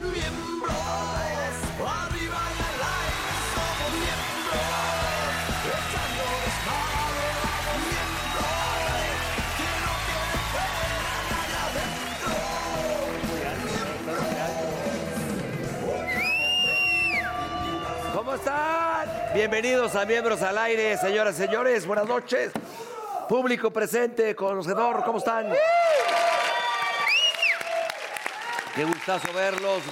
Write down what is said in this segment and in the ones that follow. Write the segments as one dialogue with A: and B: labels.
A: Miembros, arriba y al aire somos miembros, echando desmadre, vamos miembros, quiero que me vean allá adentro,
B: ¿Cómo están? Bienvenidos a Miembros al Aire, señoras y señores. Buenas noches. Público presente, conocedor, ¿cómo están? Qué gustazo verlos.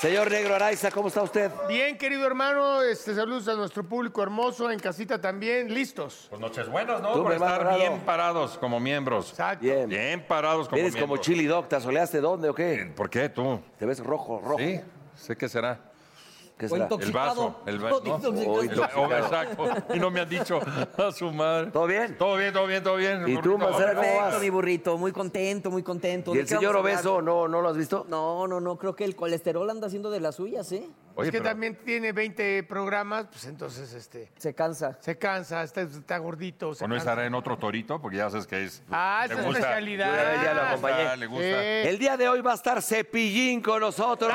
B: Señor Negro Araiza, ¿cómo está usted?
C: Bien, querido hermano, este, saludos a nuestro público hermoso, en casita también, listos.
D: Pues noches buenas, ¿no?
B: Tú,
D: Por
B: mi hermano
D: estar
B: Rado.
D: bien parados como miembros.
C: Exacto.
B: Bien.
D: Bien parados como
B: Eres
D: miembros.
B: como Chili Dog, ¿te asoleaste dónde o qué?
D: ¿Por qué tú?
B: Te ves rojo, rojo.
D: Sí, sé que será.
B: ¿Qué
E: O
B: será?
D: El
E: intoxicado.
D: vaso. El vaso.
E: No, intoxicado.
B: O
D: El- oh, exacto. Y no me han dicho a su madre.
B: ¿Todo bien?
D: Todo bien, todo bien, todo bien.
B: ¿Y tú, Mancera, cómo vas?
E: Perfecto, mi burrito. Muy contento, muy contento.
B: ¿Y
E: ¿De
B: el
E: qué
B: señor
E: vamos a hablar?
B: obeso, no, no lo has visto?
E: No, no, no. Creo que el colesterol anda haciendo de las suyas, ¿eh?
D: Oye,
C: es que
D: pero
C: también tiene 20 programas, pues entonces este,
E: Se cansa.
C: se cansa, está, está gordito. Se
D: ¿o no
C: cansa.
D: estará en otro torito? Porque ya sabes que es...
C: Ah, esa
D: le
C: es
D: gusta.
C: especialidad.
B: Yo una vez ya lo
D: Le gusta,
B: acompañé.
D: Le gusta.
C: Sí.
B: El día de hoy va a estar Cepillín con nosotros.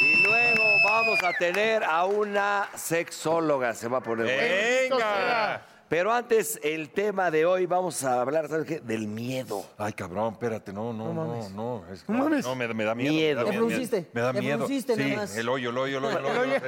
B: Y luego vamos a tener a una sexóloga, se va a
E: Eh,
B: poner. bueno.
D: ¡Venga!
B: Pero antes, el tema de hoy, vamos a hablar, ¿sabes qué? Del miedo.
D: Ay, cabrón, espérate, no, no, no, no. es- No, me, me da
B: Miedo. Te
D: miedo. Me da miedo.
E: frunciste,
D: Me da
E: te
D: miedo.
E: frunciste
D: sí,
E: nada más.
D: el hoyo, el hoyo, el hoyo. El hoyo.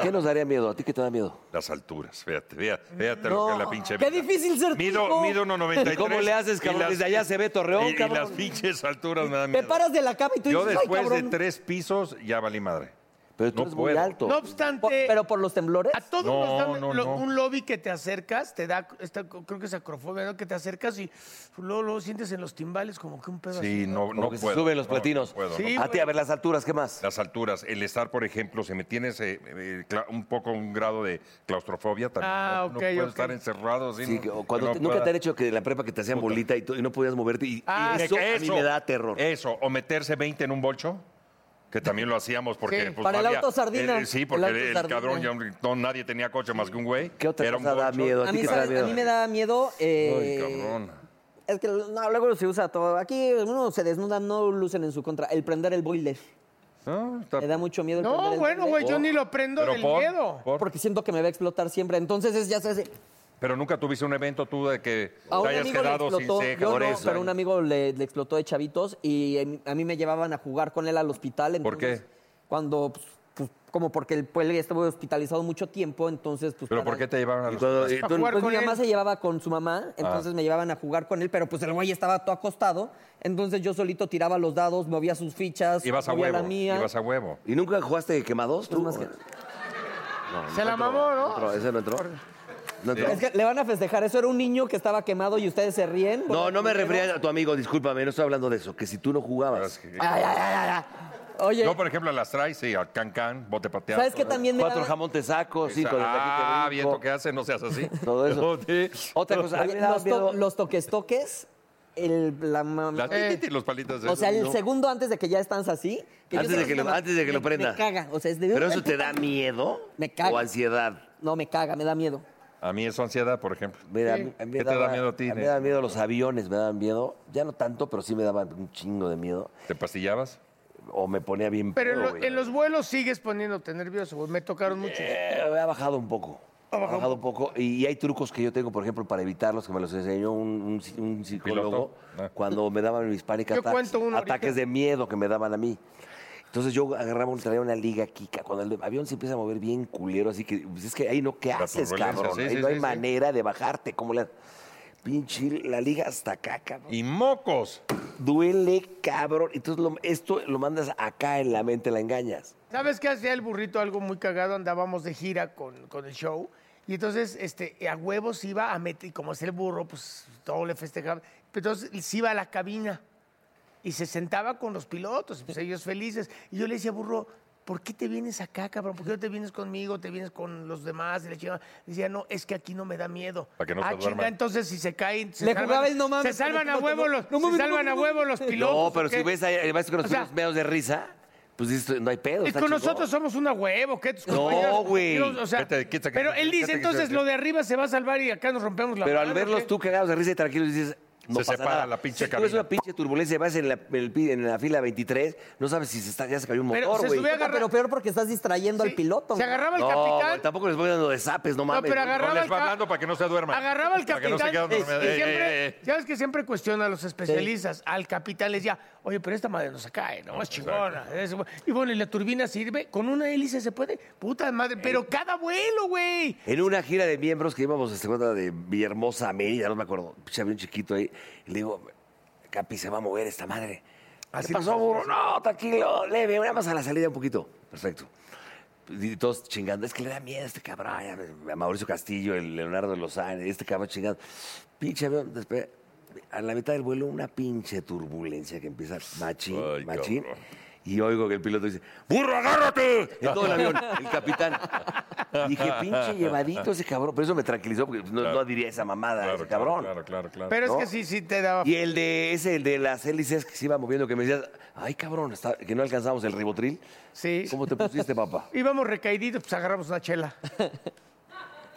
B: ¿Qué nos daría miedo? ¿A ti qué te da miedo?
D: Las alturas, fíjate, fíjate, fíjate lo que es la pinche
E: qué
D: vida.
E: difícil ser
D: Mido,
E: tipo.
D: mido 1.93.
B: ¿Y cómo le haces, cabrón?
D: las-
B: Desde allá se ve
D: y-
B: Torreón,
D: y,
B: cabrón.
D: las pinches alturas me dan
E: Te
D: miedo.
E: paras de la cama y tú
D: Yo
E: dices, ay,
D: después de
E: cabrón.
D: tres pisos ya valí madre.
B: Pero tú
D: No
B: eres muy
D: puedo.
B: alto.
C: No
E: Por-
C: obstante,
E: pero por los temblores.
B: Ah,
C: a todos
D: No,
C: nos dan
D: no,
C: lo-
D: no.
C: un lobby que te acercas, te da, esta- creo que es acrofobia, ¿no? Que te acercas y luego, luego sientes en los timbales como que un pedo así.
D: Sí, no,
B: Como
D: no
B: que se
D: puedo.
B: suben los
D: no,
B: platinos.
D: no puedo,
C: Sí.
D: no.
B: a ti, a ver, las alturas, ¿qué más?
D: Las alturas, el estar, por ejemplo, si me tienes eh, eh, cla- un poco un grado de claustrofobia también.
C: Ah,
D: no, no
C: ok,
D: puedo
C: ok.
D: estar encerrado. Así,
B: Sí,
D: no-
B: que- o
D: que
B: cuando
D: no
B: te- nunca
D: pueda.
B: te han hecho que la prepa que te hacían bolita y, tú- y no podías moverte. Y, y
C: Ah,
B: eso, a mí
D: Eso, Eh.
B: me da terror.
D: Eso, o meterse 20 en un bolcho, que también lo hacíamos porque...
C: Sí,
D: pues,
E: para el
D: no había-
E: auto sardina,
D: eh, sí,
E: el
D: porque
E: auto
D: el,
E: sardina.
D: cabrón, ya no, nadie tenía coche más que un güey.
B: ¿Qué otra
D: era un
B: cosa da
D: bolcho.
B: miedo?
E: A mí,
B: te
E: ¿sabes?
B: da miedo?
E: A mí me da miedo. eh,
D: Ay, cabrón.
E: Es que no, luego se usa todo. Aquí uno se desnuda, no lucen en su contra. El prender el boiler.
D: No, está-
E: Me da mucho miedo el prender
C: No,
E: el
C: bueno,
E: boiler.
C: güey, yo ni lo prendo
D: Pero
C: del
D: por-
C: miedo.
D: por-
E: Porque siento que me va a explotar siempre. Entonces es, ya se hace.
D: Pero nunca tuviste un evento tú de que
E: A un
D: te hayas
E: amigo le
D: quedado sin
E: explotó,
D: ceja.
E: yo
D: por
E: no,
D: eso.
E: pero un amigo le, le explotó de chavitos y em, a mí me llevaban a jugar con él al hospital.
D: ¿Por
E: entonces,
D: qué?
E: Cuando, pues, pues, como porque el pues, él estuvo hospitalizado mucho tiempo, entonces, pues.
D: ¿Pero
E: para-
D: por qué te llevaron a
B: Y
D: los...
B: cuando- y
C: Para
B: tú-
C: jugar
E: Pues
C: con
E: mi mamá
C: él?
E: se llevaba con su mamá,
D: Ah.
E: entonces me llevaban a jugar con él, pero pues el güey estaba todo acostado, entonces yo solito tiraba los dados, movía sus fichas,
D: Ibas a
E: movía
D: huevo,
E: la mía.
D: ibas a huevo.
B: ¿Y nunca jugaste quemados? Tú?
E: más que-
C: Se la mamó, ¿no?
B: Entró, ese no entró. No, entró.
E: Es que le van a festejar, eso era un niño que estaba quemado y ustedes se ríen.
B: no, no me refería a tu amigo, discúlpame, no estoy hablando de eso, que si tú no jugabas.
E: Ay, ay, ay, ay. Oye,
D: Yo, por ejemplo, a las traes, sí, al cancán, bote pateado.
E: ¿sabes qué también me
B: Cuatro
E: daba?
B: jamón te saco, cinco de
D: Ah,
B: taquito
D: viento
B: brinco.
D: que hace, no seas así.
B: Todo eso.
D: Sí.
B: Otra cosa, a mí me daba
E: eh, los, to-
B: miedo-
E: los toques toques, el, la mam-
D: Las
C: Eh.
D: tititis, los palitos de
E: o sea,
D: esos,
E: el
D: ¿no?
E: segundo antes de que ya estás así. yo
B: Antes de
E: sé
B: que lo-
E: nada más
B: antes de que lo
E: me-
B: prenda.
E: Me caga, o sea, es de...
B: ¿Pero eso te da miedo?
E: Me caga.
B: ¿O ansiedad?
E: No, me caga, me da miedo.
D: A mí es ansiedad, por ejemplo.
B: Me da, me
D: ¿Qué te
B: daba-
D: da miedo a ti,
B: Me
D: Ned?
B: daban miedo los aviones, me daban miedo. Ya no tanto, pero sí me daban un chingo de miedo.
D: ¿Te pastillabas?
B: O me ponía bien
C: Pero en,
B: pedo,
C: lo-
B: güey.
C: en los vuelos sigues poniéndote nervioso, güey. Me tocaron mucho.
B: Eh, me ha bajado un poco. Ha bajado un poco. Y hay trucos que yo tengo, por ejemplo, para evitarlos, que me los enseñó un, un psi- un psicólogo
D: Ah.
B: cuando me daban mis pánicas,
C: Yo cuento uno ahorita.
B: ataques de miedo que me daban a mí. Entonces yo agarraba, un- traía una liga Kika. Cuando el avión se empieza a mover bien culero, así que pues, es que ahí no, ¿qué haces,
D: turbulencia,
B: cabrón?
D: sí,
B: ahí
D: sí,
B: no hay
D: sí, sí.
B: manera de bajarte. Como la pinche la liga hasta acá, cabrón.
D: Y mocos.
B: Duele, cabrón. Entonces lo- esto lo mandas acá en la mente, la engañas.
C: ¿Sabes qué hacía el burrito? Algo muy cagado. Andábamos de gira con, con el show. Y entonces, este, a huevos iba a meter, y como es el burro, pues todo le festejaba. Pero entonces se iba a la cabina y se sentaba con los pilotos, pues ellos felices. Y yo le decía, burro, ¿por qué te vienes acá, cabrón? ¿Por qué no te vienes conmigo? ¿Te viennes con los demás? Y la chingada. Decía, no, es que aquí no me da miedo.
D: Para que no
C: ah,
D: se duerman.
C: chinga, entonces si se caen, se
E: Le
C: salvan,
E: jugaba el no mames
C: se salvan
E: con el
C: a
E: piloto,
C: huevo
E: no.
C: los,
E: No mames,
C: se
E: no
C: salvan
E: mames,
C: a
E: no
C: huevo
E: mames.
C: los
E: No,
C: pilotos.
B: No,
C: ¿o
B: pero si
C: qué?
B: ves, ahí- ves que
C: O
B: nos
C: sea,
B: unos meos de risa, pues dices, no hay pedo.
C: Es
B: está
C: con
B: chingón.
C: nosotros somos una huevo, ¿qué? Tus
B: No,
C: compañeros,
B: güey.
C: Dios, o sea,
D: Vete, quita que-
C: pero él dice
D: vete que
C: entonces
D: se-
C: lo de arriba se va a salvar y acá nos rompemos la
B: Pero al
C: madre, ¿o
B: verlos
C: qué?
B: tú cagados de risa y tranquilos, dices, no
D: Se
B: pasa
D: separa
B: nada.
D: la pinche
B: si tú ves
D: cabina.
B: una pinche turbulencia y vas en la, en el pi- en la fila 23, no sabes si se está, ya se cayó un
C: Pero
B: motor,
C: se
B: güey.
C: subía a-
B: No,
C: agarra-
E: Pero peor porque estás distrayendo
C: Sí,
E: al piloto.
C: Se
E: man.
C: agarraba el
B: güey,
C: capitán.
B: tampoco les voy dando de zapes, no mames.
C: pero
B: güey.
C: agarraba
D: No les
C: el
D: va
C: ca-
D: dando para que no se duerman.
C: Agarraba al
D: Para que no
C: capitán.
D: se Eh, queden
C: y
D: dormidos. Ey,
C: siempre-
B: Eh,
D: ey, ey.
C: Ya ves que siempre cuestiona a los especialistas. Al capitán les decía, oye, pero esta madre no se cae, no es chingona. es bu- Y bueno, y la turbina sirve. Con una hélice se puede. Puta madre. Pero cada vuelo, güey.
B: En una gira de miembros que íbamos a cuenta de Villahermosa a Mérida, no me acuerdo, pinche avión chiquito ahí, y le digo, Capi, se va a mover esta madre. ¿Qué pasó, burro? No, tranquilo, leve, nada más a la salida un poquito. Perfecto. Y todos chingando, es que le da miedo a este cabrón, ya ves, a Mauricio Castillo, el Leonardo Lozano, este cabrón chingando. Pinche avión, después, a la mitad del vuelo, una pinche turbulencia que empieza machín,
D: Ay,
B: machín.
D: cabrón.
B: Y oigo que el piloto dice, ¡Burro, agárrate! En todo el avión, el capitán. Y dije, pinche llevadito ese cabrón. Por eso me tranquilizó, porque no, no diría esa mamada,
D: Claro,
B: ese cabrón.
D: Claro, claro, claro.
C: Pero es
B: No.
C: que sí, sí te daba.
B: Y el de ese, el de las hélices que se iba moviendo, que me decías, ay cabrón, está- que no alcanzamos el ribotril.
C: Sí.
B: ¿Cómo te pusiste, papá?
C: Íbamos recaíditos, pues agarramos una chela.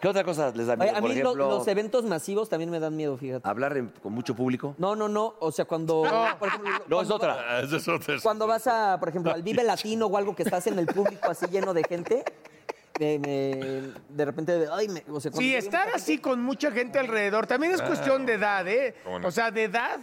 B: ¿Qué otra cosa les da miedo?
E: Oye, a
B: Por
E: mí lo-
B: ejemplo, Ah.
E: los eventos masivos también me dan miedo, fíjate.
B: hablar en- con mucho público.
E: No, no, no. O sea, cuando. ah, por ejemplo,
B: No, pues, es otra.
D: Ah, ese es otro.
E: Cuando vas a, por ejemplo, al Vive Latino o algo que estás en el público así lleno de gente, me- me- de repente, ay, me- o sea, cuando
C: Sí,
E: estoy
C: estar
E: en-
C: así con mucha gente alrededor también es cuestión de edad, ¿eh?
D: ¿Cómo no?
C: O sea, de edad.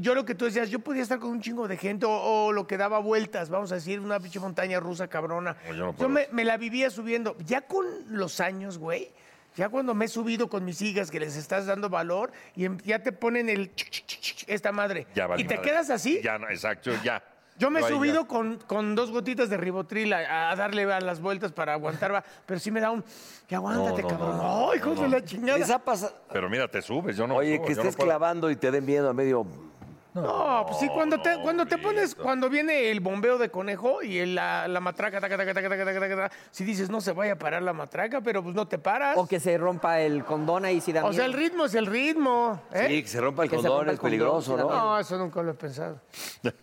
C: Yo lo que tú decías, yo podía estar con un chingo de gente o, o lo que daba vueltas, vamos a decir, una pinche montaña rusa cabrona.
D: No, yo no puedo.
C: me, me la vivía subiendo. Ya con los años, güey, ya cuando me he subido con mis hijas que les estás dando valor y em- ya te ponen el ch- ch- ch- ch- esta madre.
D: Ya vale
C: y te
D: madre.
C: quedas así.
D: Ya, no, exacto, ya.
C: Yo me he
D: Ahí ya.
C: subido con, con dos gotitas de ribotril a, a darle a las vueltas para aguantar, va, pero sí me da un. Ya aguántate,
D: No, no,
C: cabrón.
D: no,
C: No, hijo de la chingada.
B: Les ha pasado-
D: Pero mira, te subes, yo no.
B: Oye,
D: subo,
B: que
D: yo no
B: estés
D: puedo.
B: clavando y te den miedo a medio.
C: No, pues sí, cuando te,
D: no,
C: cuando te
D: Brito.
C: pones, cuando viene el bombeo de conejo y el- la, la matraca, taca, taca, taca, taca, taca, taca, taca, si dices no se vaya a parar la matraca, pero pues no te paras.
E: O que se rompa el condón ahí si da
C: O sea, el
E: miedo.
C: ritmo es el ritmo. ¿eh?
B: Sí, que se rompa el
E: Que se
B: condón,
E: rompa el
B: es peligroso,
E: condón,
B: ¿no?
C: No, eso nunca lo he pensado.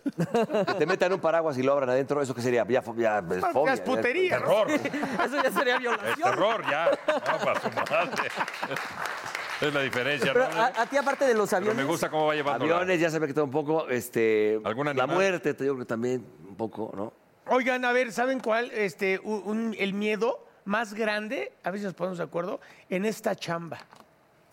B: Que te metan un paraguas y lo abran adentro, ¿eso qué sería? Ya, fo- ya, es
C: Ah,
B: fobia,
C: ya es putería. ¿no?
D: Terror.
E: Eso ya sería
D: Es
E: violación.
D: terror, ya. No, para su madre. Es la diferencia,
E: Pero
D: ¿no?
E: a, a ti, aparte de los
D: Pero
E: aviones.
D: me gusta cómo va llevando. la-
B: ah, Aviones, ya se me quitó un poco. Este,
D: ¿Algún
B: la
D: animal?
B: muerte, te digo que también un poco, ¿no?
C: Oigan, a ver, ¿saben cuál? Este, un- un- el miedo más grande, a ver si nos ponemos de acuerdo, en esta chamba.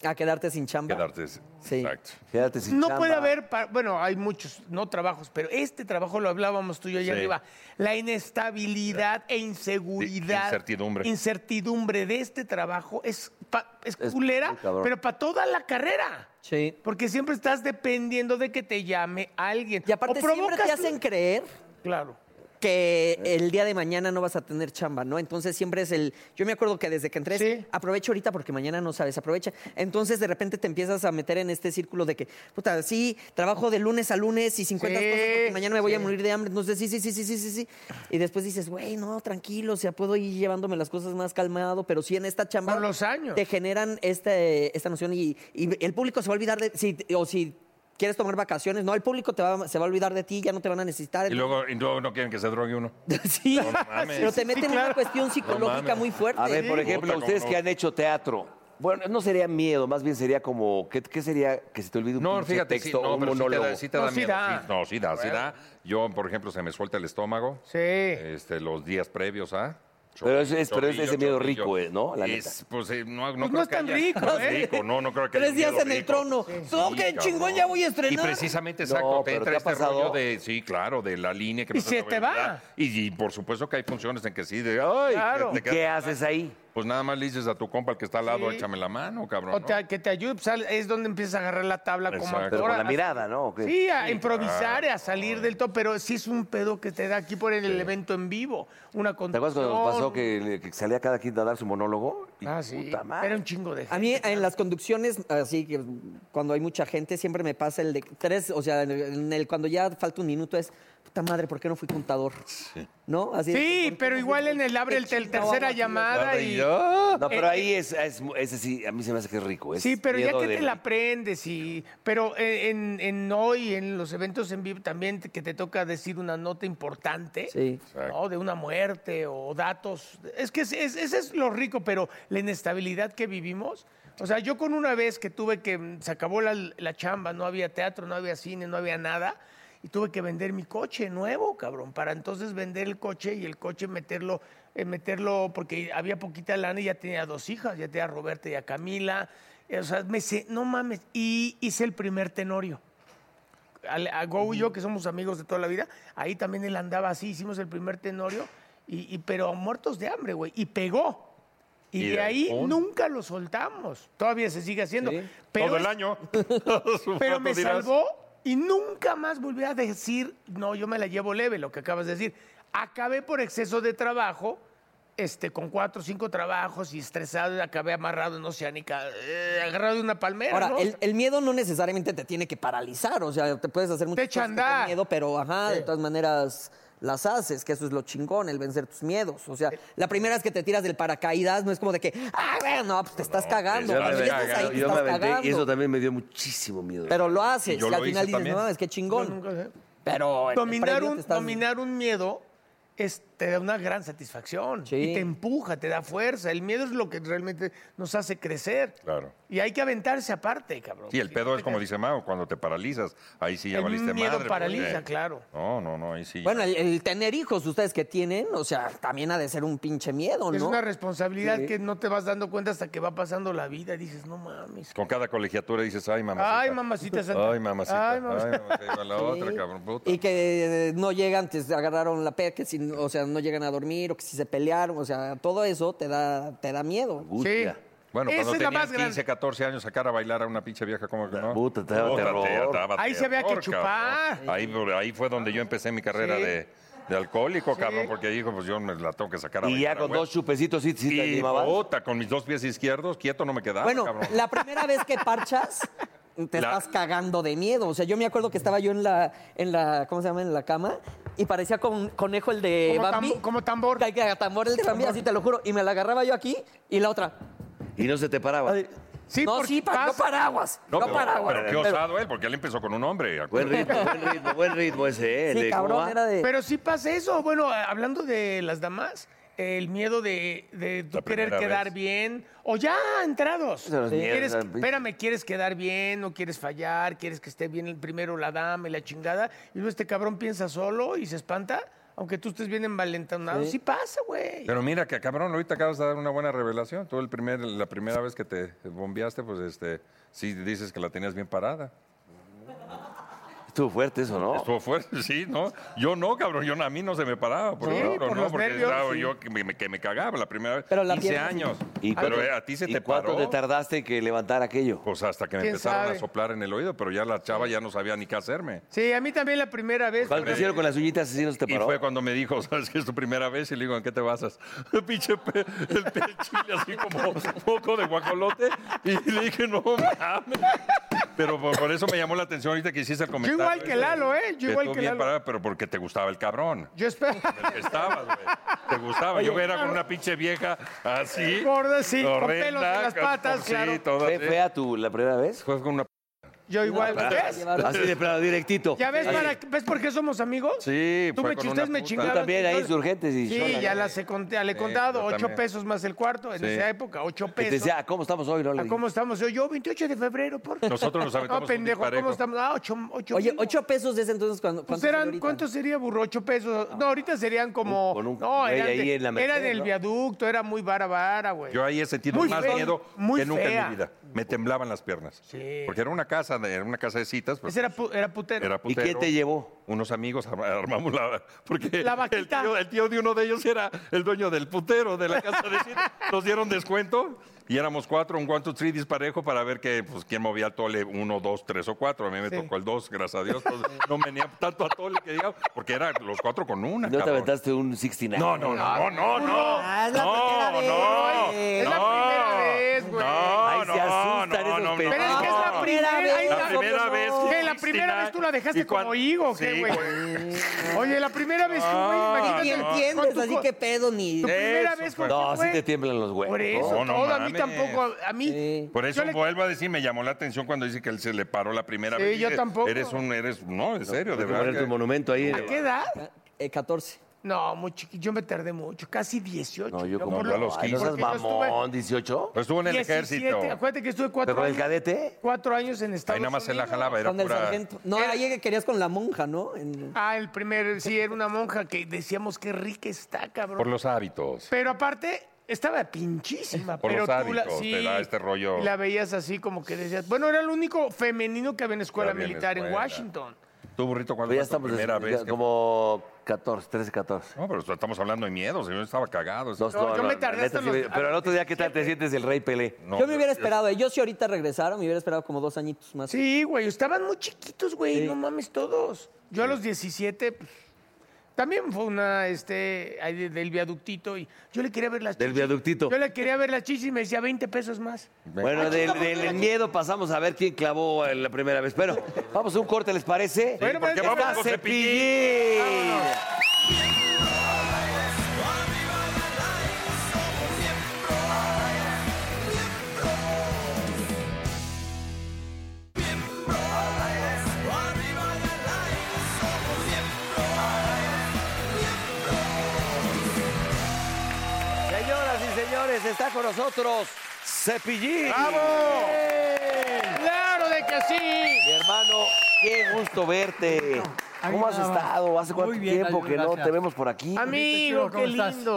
E: A quedarte sin chamba.
D: Quedarte.
E: Sí.
D: Exacto.
B: Quédate sin
C: No
B: chamba.
C: puede haber, pa- bueno, hay muchos no trabajos, pero este trabajo lo hablábamos tú y yo allá
D: Sí.
C: arriba. La inestabilidad e inseguridad.
D: De- incertidumbre.
C: Incertidumbre de este trabajo es, pa- es
B: Es
C: culera,
B: muy cabrón.
C: pero para toda la carrera.
E: Sí.
C: Porque siempre estás dependiendo de que te llame alguien.
E: Y aparte,
C: O
E: siempre te
C: provocas-
E: hacen creer
C: Claro.
E: que el día de mañana no vas a tener chamba, ¿no? Entonces siempre es el. Yo me acuerdo que desde que entré, es,
C: Sí.
E: aprovecha ahorita porque mañana no sabes, aprovecha. Entonces de repente te empiezas a meter en este círculo de que, puta, sí, trabajo de lunes a lunes y 50
C: Sí,
E: cosas porque mañana me voy a
C: sí.
E: morir de hambre. Entonces, sí, sí, sí, sí, sí, sí, sí. Y después dices, güey, no, tranquilo, o sea, puedo ir llevándome las cosas más calmado, pero sí en esta chamba.
C: Con los años.
E: Te generan este, esta noción y, y el público se va a olvidar de. Si, o si quieres tomar vacaciones, no, el público te va, se va a olvidar de ti, ya no te van a necesitar.
D: Y luego, y luego no quieren que se drogue uno.
E: Sí,
D: mames.
E: pero te meten en
C: claro.
E: una cuestión psicológica
D: mames.
E: muy fuerte.
B: A ver, por ejemplo,
D: Puta, cómo
B: ustedes
D: no.
B: que han hecho teatro. Bueno, no sería miedo, más bien sería como. ¿Qué, qué sería que se te olvide un
D: No,
B: pinche
D: fíjate, sí,
B: texto,
D: no,
B: un
D: pero sí te
B: monólogo?
D: da, sí te
C: No,
D: da
C: sí
D: miedo.
C: da.
D: sí, no, sí da, sí da. Yo, por ejemplo, se me suelta el estómago.
C: Sí.
D: Este, los días previos a.
B: Pero es, es- pero es- es de
D: Chorrillo,
B: miedo
D: chorrillo.
B: rico, eh, ¿no? La
D: Es, pues, eh, no, no,
C: Pues no
D: creo
C: es
D: que
C: tan
D: haya-
C: rico,
D: no es
C: ¿eh?
D: rico, no, no creo que haya
E: Tres días
D: miedo
E: en el
D: rico.
E: trono. No, qué
D: cabrón.
E: chingón, ya voy a estrenar.
D: Y precisamente,
B: No,
D: exacto, te
B: pero
D: entra
B: ¿te ha
D: este
B: pasado?
D: rollo de, sí, claro, de la línea que
C: Y
D: no
C: se te va.
D: novedad. Y, y por supuesto que hay funciones en que sí, de, ay,
C: Claro.
D: te
B: neta.
D: quedas-
B: ¿Qué haces ahí?
D: Pues nada más le dices a tu compa, al que está al lado,
C: Sí.
D: échame la mano, cabrón.
C: O
D: ¿no?
C: te- que te ayude, pues, al- es donde empiezas a agarrar la tabla como
D: Exacto.
B: Pero
C: actora.
B: con la mirada, ¿no? ¿O qué? Ah.
C: Sí, a improvisar, a salir del top, pero sí es un pedo que te da aquí por el evento en vivo. Una
B: ¿Te acuerdas cuando
C: conducción.
B: nos pasó que, que salía cada quien a dar su monólogo? Y
C: Ah, sí.
B: puta madre.
C: Era un chingo de gente.
E: A mí en las conducciones, así que cuando hay mucha gente, siempre me pasa el de tres, o sea, en el cuando ya falta un minuto es, puta madre, ¿por qué no fui contador? ¿No? Así
C: Sí,
E: ¿por qué
C: pero
E: no fui
C: igual en
E: contador?
C: el abre el,
E: Qué
C: tel-
E: chingado hago
C: tercera
E: aquí,
C: llamada y...
B: No, pero
C: Eh,
B: ahí es, es, ese sí, a mí se me hace que es rico. es
C: Sí, pero ya
B: pues, miedo
C: que
B: de-
C: te la aprendes y... Pero en, en- en hoy, en los eventos en vivo, también te- que te toca decir una nota importante,
E: Sí.
C: ¿no? De una muerte o datos. Es que es- es- ese es lo rico, pero la inestabilidad que vivimos... O sea, yo con una vez que tuve que... mm, Se acabó la, la chamba, no había teatro, no había cine, no había nada... Y tuve que vender mi coche nuevo, cabrón, para entonces vender el coche y el coche meterlo, eh, meterlo porque había poquita lana y ya tenía dos hijas, ya tenía a Roberta y a Camila. Eh, O sea, me sé, no mames. Y hice el primer tenorio. Al- A, Go y yo, que somos amigos de toda la vida, ahí también él andaba así, hicimos el primer tenorio, y, y- pero muertos de hambre, güey. Y pegó. Y,
D: Y
C: de
D: de
C: ahí
D: ahí, pum.
C: nunca lo soltamos. Todavía se sigue haciendo.
E: Sí.
C: Pero
D: Todo el
C: es-
D: año.
C: pero me
D: dirás.
C: salvó y nunca más volví a decir, no, yo me la llevo leve, lo que acabas de decir. Acabé por exceso de trabajo, este, con cuatro o cinco trabajos y estresado, y acabé amarrado en Oceánica, eh, agarrado de una palmera.
E: Ahora,
C: ¿no?
E: el, el miedo no necesariamente te tiene que paralizar, o sea, te puedes hacer muchas
C: echa a
E: cosas que te dan
C: andar.
E: miedo, pero ajá, de
C: Sí.
E: todas maneras las haces, que eso es lo chingón, el vencer tus miedos. O sea, la primera vez que te tiras del paracaídas no es como de que, ah, bueno, no, pues te estás cagando.
D: ya
B: Yo me
D: Cuando
E: Cuando
D: me
E: ya
B: aventé,
E: estás ahí, te
B: yo me
E: estás
B: aventé, y eso
E: cagando.
B: también me dio muchísimo miedo.
E: Pero lo haces,
D: Yo
E: y
D: lo
E: al final
D: hice
E: dices,
D: también.
E: no, es que
C: Yo
E: chingón.
C: nunca ¿eh? sé.
E: Pero en el
C: dominar
E: previo
C: un,
E: te estás-
C: dominar un miedo es- te da una gran satisfacción
E: Sí.
C: y te empuja, te da fuerza. El miedo es lo que realmente nos hace crecer.
D: Claro.
C: Y hay que aventarse aparte, cabrón.
D: Sí, el pedo es como dice Mao, cuando te paralizas, ahí sí ya
C: El
D: valiste
C: miedo
D: madre, pues, eh".
C: paraliza,
D: porque-
C: claro.
D: No, no, no, ahí sí.
E: Bueno, el, el tener hijos, ustedes que tienen, o sea, también ha de ser un pinche miedo, ¿no?
C: Es una responsabilidad
E: Sí.
C: que no te vas dando cuenta hasta que va pasando la vida. y Dices, no mames.
D: Con cada colegiatura dices, ay, mamacita.
C: Ay, mamacita santa.
D: Ay, mamacita. Ay,
C: Ay, mamacita.
D: mamacita. iba la otra,
E: Sí.
D: cabrón, puta.
E: Y que eh, no llegan, te agarraron la pea, que si, o sea, no llegan a dormir, o que si se pelearon, o sea, todo eso te da, te da miedo.
C: Sí.
B: Angustia.
D: Bueno,
C: Esa
D: cuando
C: es la
D: tenías
C: más
D: 15,
C: grande.
D: 14 años, sacar a bailar a una pinche vieja, como que no?
B: Puta, te daba terror.
C: Ahí se había que
D: cabrón.
C: chupar.
D: Ahí, por- ahí fue donde yo empecé mi carrera
C: Sí.
D: de, de alcohólico, cabrón, porque dijo, pues yo me la tengo que sacar a
B: Y ya
D: bailar,
B: con
D: güey.
B: dos chupecitos sí, sí te
D: Y
B: animabas.
D: puta, con mis dos pies izquierdos, quieto no me quedaba,
E: bueno,
D: cabrón.
E: la primera vez que parchas, te
D: La-
E: estás cagando de miedo. O sea, yo me acuerdo que estaba yo en la, en la ¿cómo se llama? En la cama y parecía con, conejo el de
C: Como
E: Bambi.
C: tambo- como tambor.
E: Que- que tambor el de Bambi, así te lo juro. Y me la agarraba yo aquí y la otra.
B: Y no se te paraba.
E: Ay,
C: Sí,
E: no,
C: porque
E: sí, pa- no
C: pasa.
E: paraguas. No,
D: No, pero,
E: paraguas.
D: pero qué osado él, porque él empezó con un hombre.
B: Buen ritmo, buen ritmo, buen ritmo ese, ¿eh?
E: Sí,
B: de
E: cabrón,
B: Cuba.
E: era de...
C: Pero sí pasa eso. Bueno, a- hablando de las damas, el miedo de, de tú
D: La
C: querer
D: primera
C: quedar
D: vez.
C: bien o ya entrados.
B: Eso es mierda,
C: Quieres-
B: pinche.
C: espérame, quieres quedar bien, no quieres fallar, quieres que esté bien el- primero la dama y la chingada. Y luego este cabrón piensa solo y se espanta, aunque tú estés bien envalentonado. Sí, pasa, güey.
D: Pero mira que cabrón, ahorita acabas de dar una buena revelación. Tú el primer, la primera vez que te bombeaste, pues este, sí dices que la tenías bien parada.
B: Estuvo fuerte eso, ¿no?
D: Estuvo fuerte, sí, ¿no? Yo no, cabrón, yo no- a mí no se me paraba, por
C: Sí,
D: ejemplo,
C: por
D: ¿no?
C: los
D: porque
C: nervios,
D: estaba
C: sí.
D: yo que me, que me cagaba la primera vez.
E: Pero la
D: 15
E: pierna-
D: años.
B: cuánto-
D: pero eh, a ti se
B: y
D: te
B: cuánto te
D: paró.
B: tardaste en que levantar aquello?
D: Pues hasta que me
C: ¿Quién
D: empezaron
C: sabe?
D: a soplar en el oído, pero ya la chava ya no sabía ni qué hacerme.
C: Sí, a mí también la primera vez.
B: Cuando te hicieron con las uñitas así no se te
D: Y
B: paró.
D: fue cuando me dijo, ¿sabes que es tu primera vez? Y le digo, ¿en qué te basas? Pinche pe- el pe- chile así como poco de guajolote. Y le dije, no mames. Pero por, por eso me llamó la atención ahorita que hiciste el
C: Yo
D: comentario.
C: igual que
D: ese,
C: Lalo, ¿eh? Yo igual
D: tú
C: que
D: bien
C: Lalo.
D: parada, pero porque te gustaba el cabrón.
C: Yo espero.
D: con el que estabas, güey. Te gustaba. Yo era con una pinche vieja así.
C: Gorda, sí, con
D: horrenda,
C: pelos en las
D: con-
C: patas,
D: sí,
C: claro.
D: toda
B: ¿Fue
D: así.
B: fea tu, la primera vez?
D: Fue con una
C: Yo igual.
E: para-
C: ¿Ves?
B: Así de plano, directito.
C: ¿Ya ves,
B: Así.
C: para, ¿ves por qué somos amigos?
D: Ah, Sí,
C: Tú
D: fue
C: me
D: con
C: chistes,
D: una
C: me
D: puta.
C: chingaron.
D: Tú
B: también ahí,
C: entonces-
B: insurgentes y
C: Sí,
B: sola.
C: ya las he, conté- le he
D: Sí,
C: contado.
D: yo
C: Ocho
D: también.
C: pesos más el cuarto en
D: Sí.
C: esa época. Ocho
B: Que te
C: pesos.
B: decía, ah, ¿cómo estamos hoy? Lola?
C: ¿A ¿Cómo estamos? Yo, yo, 28 de febrero, ¿por qué?
D: Nosotros nos aventamos un
C: No, Oh, pendejo, ¿cómo
D: disparejo.
C: estamos? Ah, ocho, ocho
E: Oye,
C: mil.
E: ocho pesos desde entonces cuando.
C: Pues
E: ¿cuántos son
C: eran,
E: ahorita?
C: ¿cuánto sería, burro? ¿Ocho pesos? No, ahorita serían como...
B: Con un
C: no,
B: güey
C: eran, de-
B: ahí en la
C: era
B: Mercedes,
C: del
B: ¿no?
C: viaducto, era muy vara vara, güey.
D: Yo ahí he sentido
C: Muy
D: más
C: fea,
D: miedo
C: muy
D: que nunca
C: fea.
D: en mi vida. Me temblaban las piernas.
C: Sí.
D: Porque era una casa, de- era una casa de citas. pero
C: Ese era, pu- era putero.
D: era
B: ¿Y
D: putero.
B: quién te llevó?
D: Unos amigos ar- armamos la. Porque
C: La
D: el,
C: vaquita.
D: tío, el tío de uno de ellos era el dueño del putero de la casa de citas. Nos dieron descuento y éramos cuatro, un one, two, three disparejo para ver que, pues, quién movía el tole, uno, dos, tres o cuatro. A mí me
C: Sí.
D: tocó el dos, gracias a Dios. entonces, no venía tanto a tole que digamos, porque eran los cuatro con una.
B: ¿No te
D: cabrón.
B: aventaste un 69?
D: No, no, no, no, no.
E: Ah, es la
D: no,
E: primera vez,
D: no,
E: güey.
C: Es la
D: no,
C: primera vez, güey.
D: No,
B: Ay, se
D: no,
B: asustan
D: no,
B: esos
D: no, no.
B: pendejos.
C: Pero es que es la
D: No.
C: primera
E: Ah, primera vez.
D: La
C: vez.
D: primera
E: ¿cómo
D: vez.
E: no?
C: ¿Qué? ¿La primera vez tú la dejaste
D: Y cuan-
C: como higo o qué,
D: Sí,
C: güey? Oye, la primera vez tú, güey,
D: Ah.
C: imagínate.
E: Ni
C: con
E: entiendes,
C: tu
E: así
C: co-
E: que pedo ni.
C: Tu primera
D: Eso
C: vez
D: fue.
C: con
B: No,
C: tu
B: así
C: güey.
B: te tiemblan los huevos.
C: Por eso,
D: No, no
C: todo. A mí
D: mames.
C: tampoco. A mí.
E: Sí.
D: Por eso
C: Yo le-
D: vuelvo a decir, me llamó la atención cuando dice que él se le paró la primera
C: Sí,
D: vez.
C: yo
D: Dije,
C: tampoco.
D: Eres un, eres, no, en serio, de
B: Hay que ponerte
D: verdad.
B: un
D: que-
B: monumento ahí.
C: ¿A qué edad?
E: Eh, 14.
C: No, muy chiquito. Yo me tardé mucho, casi 18.
B: No, yo como
C: por
D: yo a los
B: Ay, no
D: 15.
B: seas
C: porque yo estuve
B: mamón, 18.
D: Pues estuvo en el
C: 17,
D: ejército.
C: Acuérdate que estuve cuatro
B: ¿Pero el
C: años.
B: cadete?
C: Cuatro años en Estados
D: Ahí nada más se la
C: Unidos.
D: jalaba, era
E: Con el
D: pura.
E: sargento. No, ahí querías con la monja, ¿no? En-
C: Ah, el primer, sí, era una monja que decíamos que rica está, cabrón.
D: Por los hábitos.
C: Pero aparte, estaba pinchísima.
D: Por
C: pero
D: los
C: tú la,
D: hábitos,
C: sí,
D: te da este rollo.
C: La veías así como que decías. Bueno, era el único femenino que había en escuela
D: había en
C: militar en
D: escuela.
C: Washington.
D: Tú, burrito, ¿cuál
B: Pues ya
D: fue tu
B: estamos
D: primera
B: des-
D: vez?
B: ya
D: que-
B: como 14, 13, 14.
D: No, pero estamos hablando de miedos. Yo estaba cagado.
B: No,
C: No,
B: no,
C: yo
B: no,
C: me
B: la
C: tardé
B: neta
C: hasta
B: sí
C: los-
B: me- Pero el otro día, ¿qué tal te sientes el rey Pelé?
D: No,
E: yo me hubiera esperado, eh. yo si ahorita regresara, me hubiera esperado como dos añitos más.
C: Sí, güey, estaban muy chiquitos, güey, no mames todos. Yo a los 17, pues, también fue una, este, ahí de- del viaductito y yo le quería ver las
B: Del
C: chichis.
B: viaductito.
C: Yo le quería ver las chichis y me decía 20 pesos más.
B: Bueno, del, del miedo pasamos a ver quién clavó en la primera vez. Pero vamos a un corte, ¿les parece?
C: Bueno,
D: porque
C: pero es que
D: vamos
B: Está
D: con
C: estaba-
B: Cepillín. Señoras y señores, está con nosotros Cepillín.
C: ¡Claro de que sí!
B: Mi hermano, qué gusto verte. ¿Cómo has estado? ¿Hace cuánto
F: Muy bien,
B: tiempo
F: Gallo,
B: que no
F: gracias.
B: te vemos por aquí?
C: Amigo, qué
F: ¿Cómo estás?
C: lindo.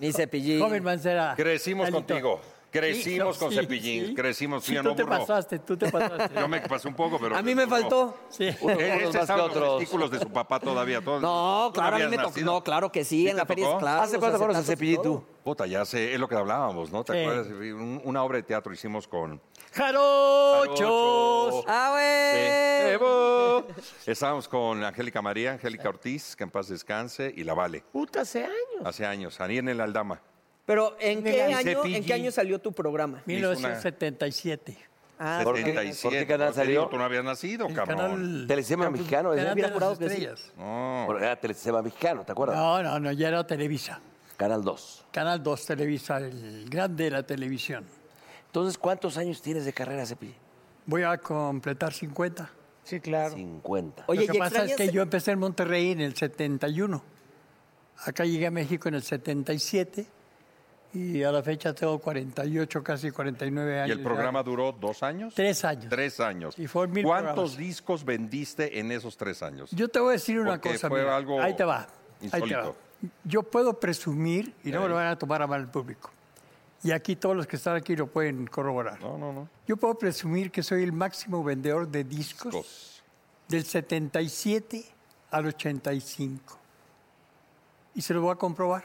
E: Ni cepillín.
F: Joven Mancera.
D: Crecimos
F: Lalito.
D: contigo. Crecimos
F: Sí,
D: con
F: sí,
D: Cepillín.
F: sí.
D: Crecimos, sí,
F: Sí,
D: o
F: tú
D: no,
F: te
D: burro?
F: pasaste, tú te pasaste.
D: Yo me pasé un poco, pero.
E: A mí me faltó.
F: Sí.
B: Unos
D: Este
B: más que
D: sabe los
B: otros.
D: testículos de su papá todavía. todo-
E: No,
D: ¿Tú
E: claro, a mí
D: habías
E: me tocó.
D: nacido?
E: No, claro que sí,
D: ¿Sí
E: en
D: te
E: la feria es
D: tocó?
E: claro.
B: Ah, ¿Hace
E: los
B: cuánto conoces a
E: acetazos y
B: Cepillín
E: todo.
B: tú?
D: Puta, ya sé, es lo que hablábamos, ¿no? ¿Te
F: Sí.
D: acuerdas? Un- una obra de teatro hicimos con...
F: ¡Jarochos!
E: Ah, güey.
D: Evo. Estábamos con Angélica María, Angélica Ortiz, que en paz descanse, y la Vale,
C: Puta, hace años.
D: hace años, ahí en el Aldama.
E: Pero ¿en qué,
F: Mira,
E: año,
F: Cepillín.
E: ¿en qué año salió tu programa?
F: 1977.
E: Ah,
B: ¿Por qué?
D: 77.
B: ¿Por qué canal
D: Pues te digo,
B: salió?
D: Tú no habías nacido,
F: El
D: cabrón.
F: canal-
B: Telesistema Mexicano, desde
F: Canal
B: bien
F: de las
B: apurado que sí.
F: estrellas.
D: No.
B: Bueno, era Telesistema Mexicano, ¿te acuerdas?
F: No, no, no, ya era Televisa.
B: Canal 2.
F: Canal 2 Televisa, el grande de la televisión.
B: Entonces, ¿cuántos años tienes de carrera, Cepillín?
F: Voy a completar 50.
C: Sí, claro.
B: 50.
E: Oye,
F: Lo
E: ¿y
F: que pasa es
E: extrañas-
F: que yo empecé en Monterrey en el 71. Acá llegué a México en el 77 y a la fecha tengo 48, casi 49
D: ¿Y
F: años.
D: el programa duró dos años?
F: Tres años.
D: Tres años.
F: Y fueron mil
D: ¿Cuántos
F: programas.
D: discos vendiste en esos tres años?
F: Yo te voy a decir una
D: Porque
F: cosa.
D: fue
F: mira.
D: algo
F: ahí te va. Ahí te va.
D: insólito.
F: Yo puedo presumir y no me lo van a tomar a mal el público. Y aquí todos los que están aquí lo pueden corroborar.
D: No, no, no.
F: Yo puedo presumir que soy el máximo vendedor de discos
D: Discos.
F: del 77 al 85. Y se lo voy a comprobar.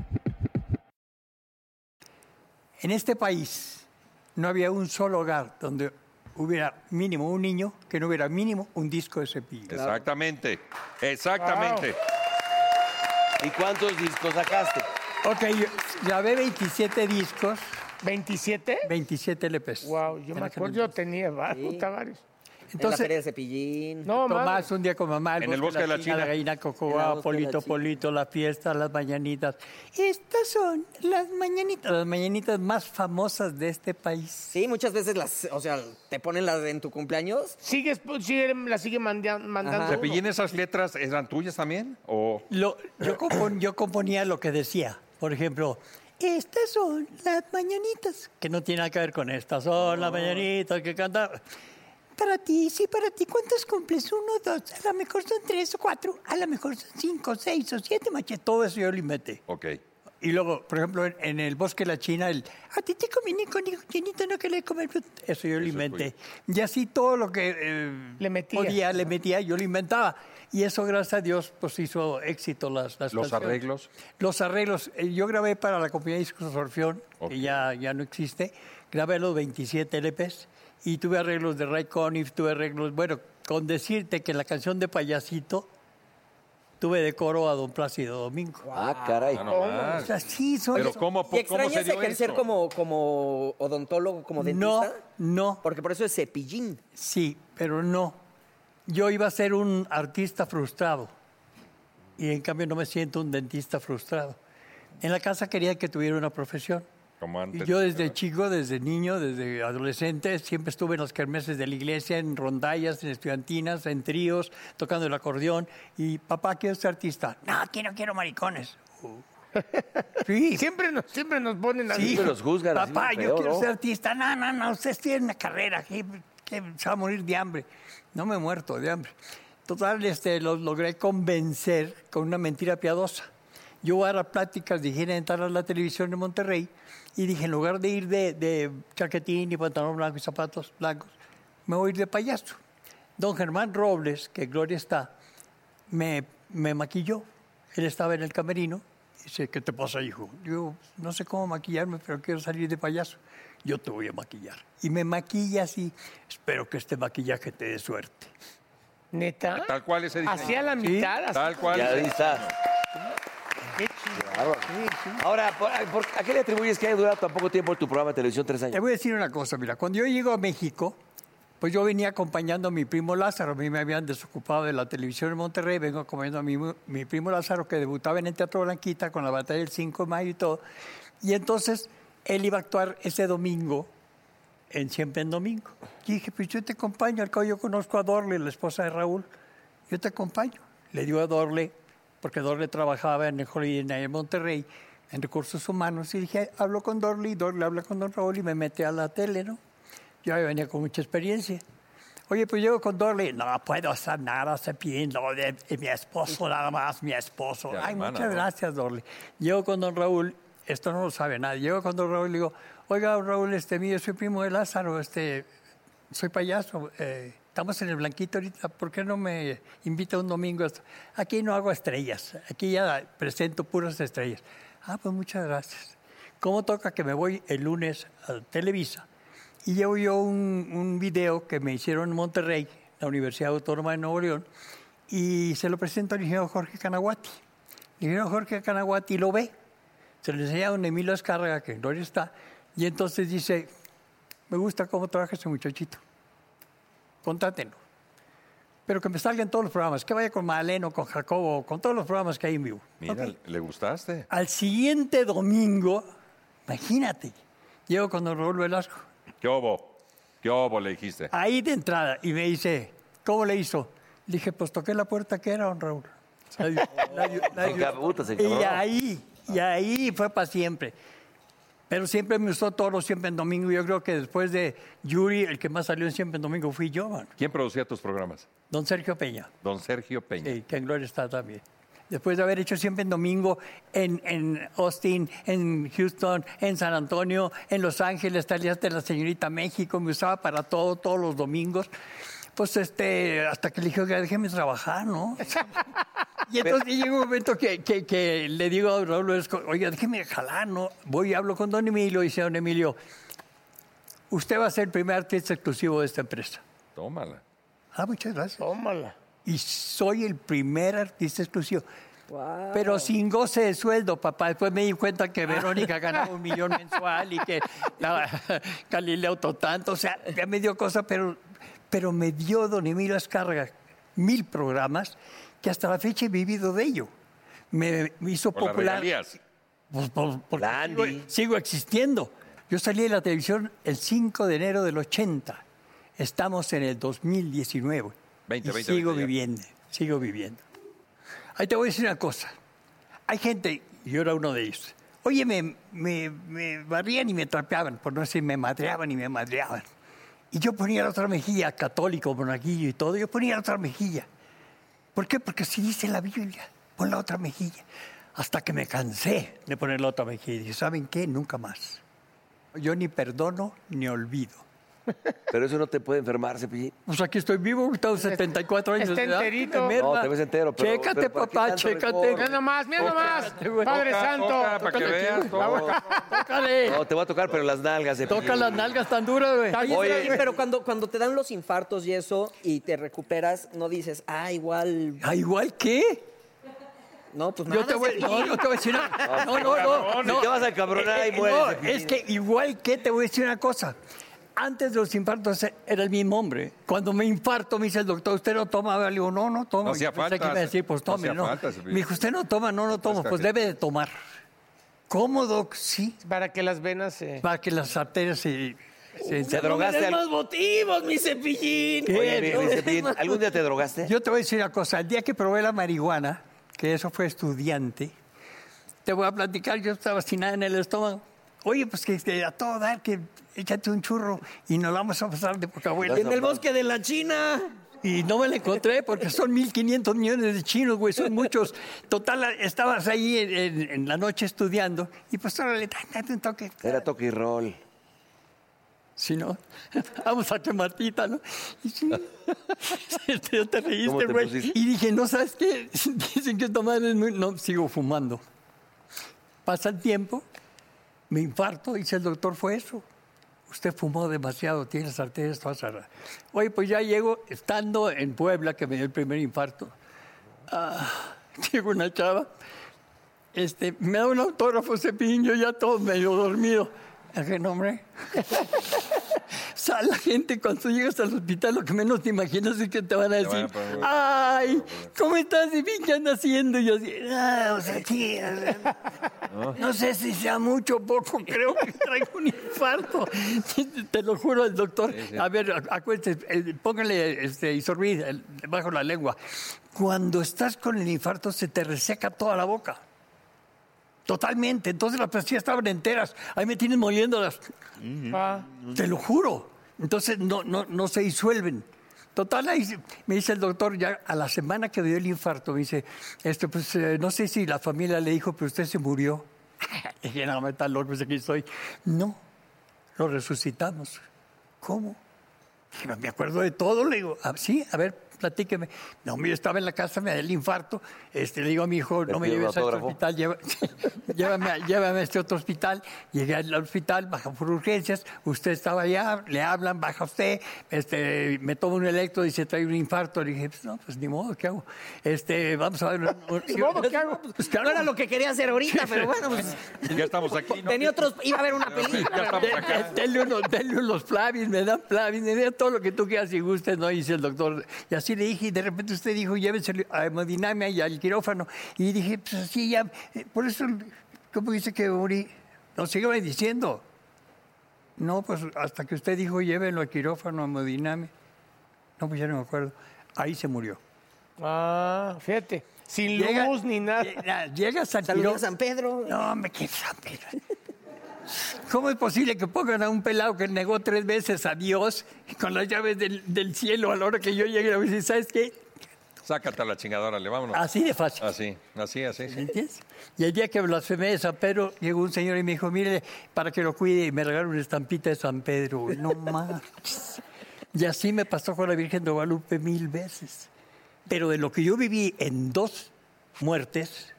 F: En este país no había un solo hogar donde hubiera mínimo un niño que no hubiera mínimo un disco de cepillo.
D: Exactamente, exactamente.
B: ¿Y cuántos discos sacaste?
F: Ok, yo grabé 27 discos,
C: ¿27?
F: 27 LPs.
C: Wow, yo me
F: Era
C: acuerdo,
F: que
C: yo tenía varios.
E: Sí.
C: varios.
E: en la
F: Entonces,
E: feria de Cepillín.
C: No, mames.
F: Tomás un día con mamá.
D: En el bosque de la China.
F: La gallina
E: En la
F: cocoa,
E: bosque de la
F: Polito,
E: China.
F: Polito, las fiestas, las mañanitas. Estas son las mañanitas, las mañanitas más famosas de este país.
E: Sí, muchas veces las, o sea, te ponen las en tu cumpleaños.
C: Sigues, sigue, la sigue mandea- mandando. uno.
D: ¿Cepillín esas letras eran tuyas también? ¿O
F: Lo- yo, compon- yo componía lo que decía. Por ejemplo, estas son las mañanitas, que no tiene nada que ver con estas. Son las mañanitas que cantar. Para ti, sí, para ti. ¿Cuántos cumples? Uno, dos. A lo mejor son tres o cuatro. A lo mejor son cinco, seis o siete, maché. Todo eso yo lo inventé.
D: Ok.
F: Y luego, por ejemplo, en, en el bosque de la China, el a ti te comí con hijo chinito, no quería comer. fruta". Eso yo lo inventé. Y así todo lo que eh,
C: Le metía.
F: podía, le metía, yo lo inventaba. Y eso, gracias a Dios, pues hizo éxito las, las
D: los
F: canciones.
D: arreglos?
F: Los arreglos. eh, Yo grabé para la compañía Discos Orfeón,
D: Ok.
F: que ya, ya no existe. Grabé los 27 LPs y tuve arreglos de Ray Conniff, tuve arreglos. Bueno, con decirte que la canción de Payasito tuve de coro a Don Plácido Domingo.
B: Ah, caray.
D: Ah, no
F: O
D: más.
F: sea, sí, son.
D: Pero ¿cómo,
E: ¿Y
D: pues, cómo se
E: extrañas
D: dio
E: ejercer
D: eso?
E: como, como odontólogo, como dentista?
F: No, no.
E: Porque por eso es Cepillín.
F: Sí, pero no. Yo iba a ser un artista frustrado y en cambio no me siento un dentista frustrado. En la casa quería que tuviera una profesión.
D: Como antes,
F: y yo desde
D: ¿verdad?
F: chico, desde niño, desde adolescente, siempre estuve en los kermeses de la iglesia, en rondallas, en estudiantinas, en tríos, tocando el acordeón. Y papá, quiero ser artista. No, aquí no quiero maricones. Sí,
C: Siempre nos, siempre nos ponen así.
F: Sí,
B: Siempre los juzgan así,
F: Papá,
B: bien
F: yo
B: feo,
F: quiero
B: ¿no?
F: ser artista. No, no, no, ustedes tienen una carrera. Que, que se va a morir de hambre. No me he muerto de hambre. Total, este, los logré convencer con una mentira piadosa. Yo voy a dar pláticas de higiene dental a la televisión en Monterrey y dije, en lugar de ir de, de chaquetín y pantalón blanco y zapatos blancos, me voy a ir de payaso. Don Germán Robles, que gloria está, me, me maquilló. Él estaba en el camerino. Dice, ¿qué te pasa, hijo? Digo, no sé cómo maquillarme, pero quiero salir de payaso. Yo te voy a maquillar. Y me maquilla así. Espero que este maquillaje te dé suerte.
C: Neta.
D: Tal cual ese diseño.
C: Hacía la mitad. así.
D: Tal cual.
B: Ya ahí está. Bárbaro. Ahora, ¿por- por- ¿a qué le atribuyes que haya durado tan poco tiempo tu programa de televisión tres
F: Te
B: años?
F: voy a decir una cosa, mira, cuando yo llego a México, pues yo venía acompañando a mi primo Lázaro, a mí me habían desocupado de la televisión en Monterrey, vengo acompañando a mi, mi primo Lázaro que debutaba en el Teatro Blanquita con la batalla del 5 de mayo y todo, y entonces él iba a actuar ese domingo, en Siempre en Domingo. Y dije, pues yo te acompaño, al cabo yo conozco a Dorle, la esposa de Raúl, yo te acompaño. Le dio a Dorle, porque Dorle trabajaba en el Holiday Inn en Monterrey, en recursos humanos, y dije, hablo con Dorle, y Dorle habla con Don Raúl y me mete a la tele, ¿no? Yo ya venía con mucha experiencia. Oye, pues llego con Dorle, no puedo hacer nada, se lo de, de mi esposo nada más, mi esposo.
D: De
F: Ay,
D: alemana,
F: muchas
D: ¿no?
F: gracias, Dorle. Llego con don Raúl, esto no lo sabe nadie. Llego con don Raúl y le digo, oiga, don Raúl, este mío, soy primo de Lázaro, este, soy payaso, eh, estamos en el blanquito ahorita, ¿por qué no me invita un domingo? a esto? Aquí no hago estrellas, aquí ya presento puras estrellas. Ah, pues muchas gracias. ¿Cómo toca que me voy el lunes a Televisa? Y llevo yo un, un video que me hicieron en Monterrey, la Universidad Autónoma de Nuevo León, y se lo presento al ingeniero Jorge Canaguati. El ingeniero Jorge Canaguati lo ve, se lo enseña a don Emilio Azcárraga, que no está, y entonces dice, me gusta cómo trabaja ese muchachito, contrátenlo. Pero que me salgan todos los programas, que vaya con Maleno, con Jacobo, con todos los programas que hay en vivo.
D: Mira,
F: Ok.
D: le gustaste.
F: Al siguiente domingo, imagínate, llego con don Raúl Velasco,
D: ¿Qué obo? ¿Qué obo le dijiste?
F: Ahí de entrada. Y me dice, ¿cómo le hizo? Le dije, pues toqué la puerta que era, don Raúl. La di- la di- la
B: Se
F: di-
B: encab- puta, se
F: y
B: encabronó.
F: ahí, y ahí fue para siempre. Pero siempre me gustó Toro, siempre en domingo. Yo creo que después de Yuri, el que más salió en siempre en domingo fui yo, mano.
D: ¿Quién producía tus programas?
F: don Sergio Peña.
D: Don Sergio Peña.
F: Sí, que en gloria está también. Después de haber hecho siempre en domingo en, en Austin, en Houston, en San Antonio, en Los Ángeles, tal de la señorita México, me usaba para todo, todos los domingos. Pues este, hasta que le dije, oiga, déjeme trabajar, ¿no? Y entonces llega un momento que, que- que le digo a Raúl, Orozco, oiga, déjeme jalar, ¿no? Voy y hablo con don Emilio y dice, don Emilio, usted va a ser el primer artista exclusivo de esta empresa.
D: Tómala.
F: Ah, muchas gracias
C: Tómala.
F: y soy el primer artista exclusivo. Pero sin goce de sueldo, papá. Después me di cuenta que Verónica ganaba un millón mensual y que la, Galileo to- tanto. O sea, ya me dio cosa, pero, pero me dio Don Emilio Azcárraga mil programas que hasta la fecha he vivido de ello. Me, me hizo
D: Por las
F: popular.
D: regalías.
F: Pues, por- porque
B: La
F: sigo,
B: Andy.
F: sigo existiendo. Yo salí de la televisión el 5 de enero del 80. Estamos en el 2019.
D: 20,
F: y
D: 20,
F: sigo
D: 20 ya.
F: viviendo, sigo viviendo. Ahí te voy a decir una cosa. Hay gente, y yo era uno de ellos, oye, me, me, me barrían y me trapeaban, por no decir, me madreaban y me madreaban. Y yo ponía la otra mejilla, católico, monaguillo y todo, yo ponía la otra mejilla. ¿Por qué? Porque si dice la Biblia, pon la otra mejilla. Hasta que me cansé de poner la otra mejilla. Y dije, ¿saben qué? Nunca más. Yo ni perdono ni olvido.
B: Pero eso no te puede enfermar, Cepillín.
F: Pues aquí estoy vivo, tengo 74 años.
C: está
F: de edad,
C: enterito.
F: de merda.
B: No, te ves entero, pero-
F: Chécate,
B: pero ¿para qué
F: papá,
B: tanto
F: chécate.
B: rencor?
C: Mira nomás, mira nomás.
F: güey.
C: Padre
D: Toca,
C: Santo.
D: toca, para que
F: tócate aquí,
D: veas.
F: güey.
D: toca.
F: Tócale.
B: No, te va a tocar, pero las nalgas, Cepillín.
F: Toca las nalgas tan duras, güey.
E: Oye,
B: Oye.
E: sí, pero cuando, cuando te dan los infartos y eso y te recuperas, no dices, ah, igual.
F: Ah, igual qué?
E: No, pues
F: Yo
E: nada.
F: te voy, no, yo te voy a decir una No, no, no.
D: cabrón,
F: no.
B: te vas a cabronar y
F: Eh, eh,
B: mueres,
F: no,
B: Cepillín.
F: es que igual que te voy a decir una cosa. Antes de los infartos era el mismo hombre. Cuando me infarto me dice el doctor, ¿usted no toma? Le digo, no, no toma.
D: No hacía
F: Pensé que
D: falta,
F: iba a decir, pues
D: no
F: tome,
D: hacía
F: no.
D: falta, Cepillín.
F: me dijo, ¿usted no toma? No, no tomo. Pues debe de tomar. ¿Cómo, doc? Sí.
C: Para que las venas se...
F: Para que las arterias se... se-
B: ¿Te drogaste? al-
E: motivos, mi cepillín.
B: Oye, mi- mi Cepillín, ¿algún día te drogaste?
F: Yo te voy a decir una cosa. El día que probé la marihuana, que eso fue estudiante, te voy a platicar, yo estaba sin nada en el estómago. Oye, pues que este, a todo dar, que échate un churro y nos vamos a pasar de boca abuela.
E: En el bosque de la China.
F: Y no me la encontré porque son 1.500 millones de chinos, güey, son muchos. Total, estabas ahí en, en- en la noche estudiando y pues órale, tan, date un toque.
B: Era toque y roll.
F: Si no, vamos a quematita, ¿no? Y sí, este, ya te
B: ¿Cómo
F: reíste,
B: te
F: güey.
B: pusiste?
F: Y dije, no, ¿sabes qué? Dicen que esta madre es muy... No, sigo fumando. Pasa el tiempo, me infarto, dice el doctor, fue eso. Usted fumó demasiado, tiene las arterias todas cerradas. Oye, pues ya llego, estando en Puebla, que me dio el primer infarto, ah, llega una chava, este, me da un autógrafo Cepillín, yo ya todo medio dormido. ¿Qué nombre? O sea, la gente cuando llegas al hospital lo que menos te imaginas es que te van a
D: van a
F: decir,
D: poner-
F: ay, ¿cómo estás? ¿Y bien, qué andas haciendo? Y yo así, ah, o sea, sí, o sea, no sé si sea mucho o poco, creo que traigo un infarto. Te lo juro al doctor. A ver, acuérdese, eh, póngale este, isorbid el- bajo la lengua. Cuando estás con el infarto se te reseca toda la boca. Totalmente. Entonces las pastillas estaban enteras. Ahí me tienes moliéndolas.
C: Ah,
F: Te lo juro. Entonces no, no, no se disuelven. Total, ahí se- me dice el doctor, ya a la semana que dio el infarto, me dice, este, pues eh, no sé si la familia le dijo, pero usted se murió. Le dije, no, me está loco, pues aquí estoy. No, lo resucitamos. ¿Cómo? Dije, no, me acuerdo de todo, le digo, "Ah, sí, a ver, platíqueme. No, mire, estaba en la casa, me da el infarto. Este, le digo a mi hijo,
B: ¿Le
F: no me
B: pidió un
F: lleves a este
B: autógrafo?
F: hospital, lleva- llévame, a- llévame a este otro hospital. Llegué al hospital, baja por urgencias, usted estaba allá, le hablan, baja usted, este, me toma un electro y se trae un infarto. Le dije, pues no, pues ni modo, ¿qué hago? Este, vamos a ver. pues ¿Ni
C: modo, ¿qué hago?
E: No era lo que quería hacer ahorita, pero bueno, pues,
D: Ya estamos aquí. ¿no?
E: tenía otros. Iba a ver una película.
D: Ya estamos acá.
F: Denle unos, denle unos Flavis, me dan Flavis, me dan todo lo que tú quieras y gustes, ¿no? Y dice el doctor. Y así le dije, y de repente usted dijo, llévenselo a hemodinamia y al quirófano. Y dije, pues así ya, eh, por eso, ¿cómo dice que morí? No, sígueme diciendo. No, pues hasta que usted dijo, llévenlo al quirófano, a hemodinamia. No, pues ya no me acuerdo. Ahí se murió.
C: ah, fíjate. Sin luz
F: Llega- eh,
C: ni nada.
F: Llega- Llegas al
E: Saludos
F: quirófano.
E: a San Pedro.
F: No, me quedé San Pedro. ¿Cómo es posible que pongan a un pelado que negó tres veces a Dios con las llaves del, del cielo a la hora que yo llegue a decir, ¿sabes qué?
D: Sácate a la chingadora, le vámonos.
F: Así de fácil.
D: Así, así, así. sí.
F: ¿Entiendes? Y el día que blasfemé de San Pedro, llegó un señor y me dijo, mire, para que lo cuide, y me regaló una estampita de San Pedro. No más. Y así me pasó con la Virgen de Guadalupe mil veces. Pero de lo que yo viví en dos muertes,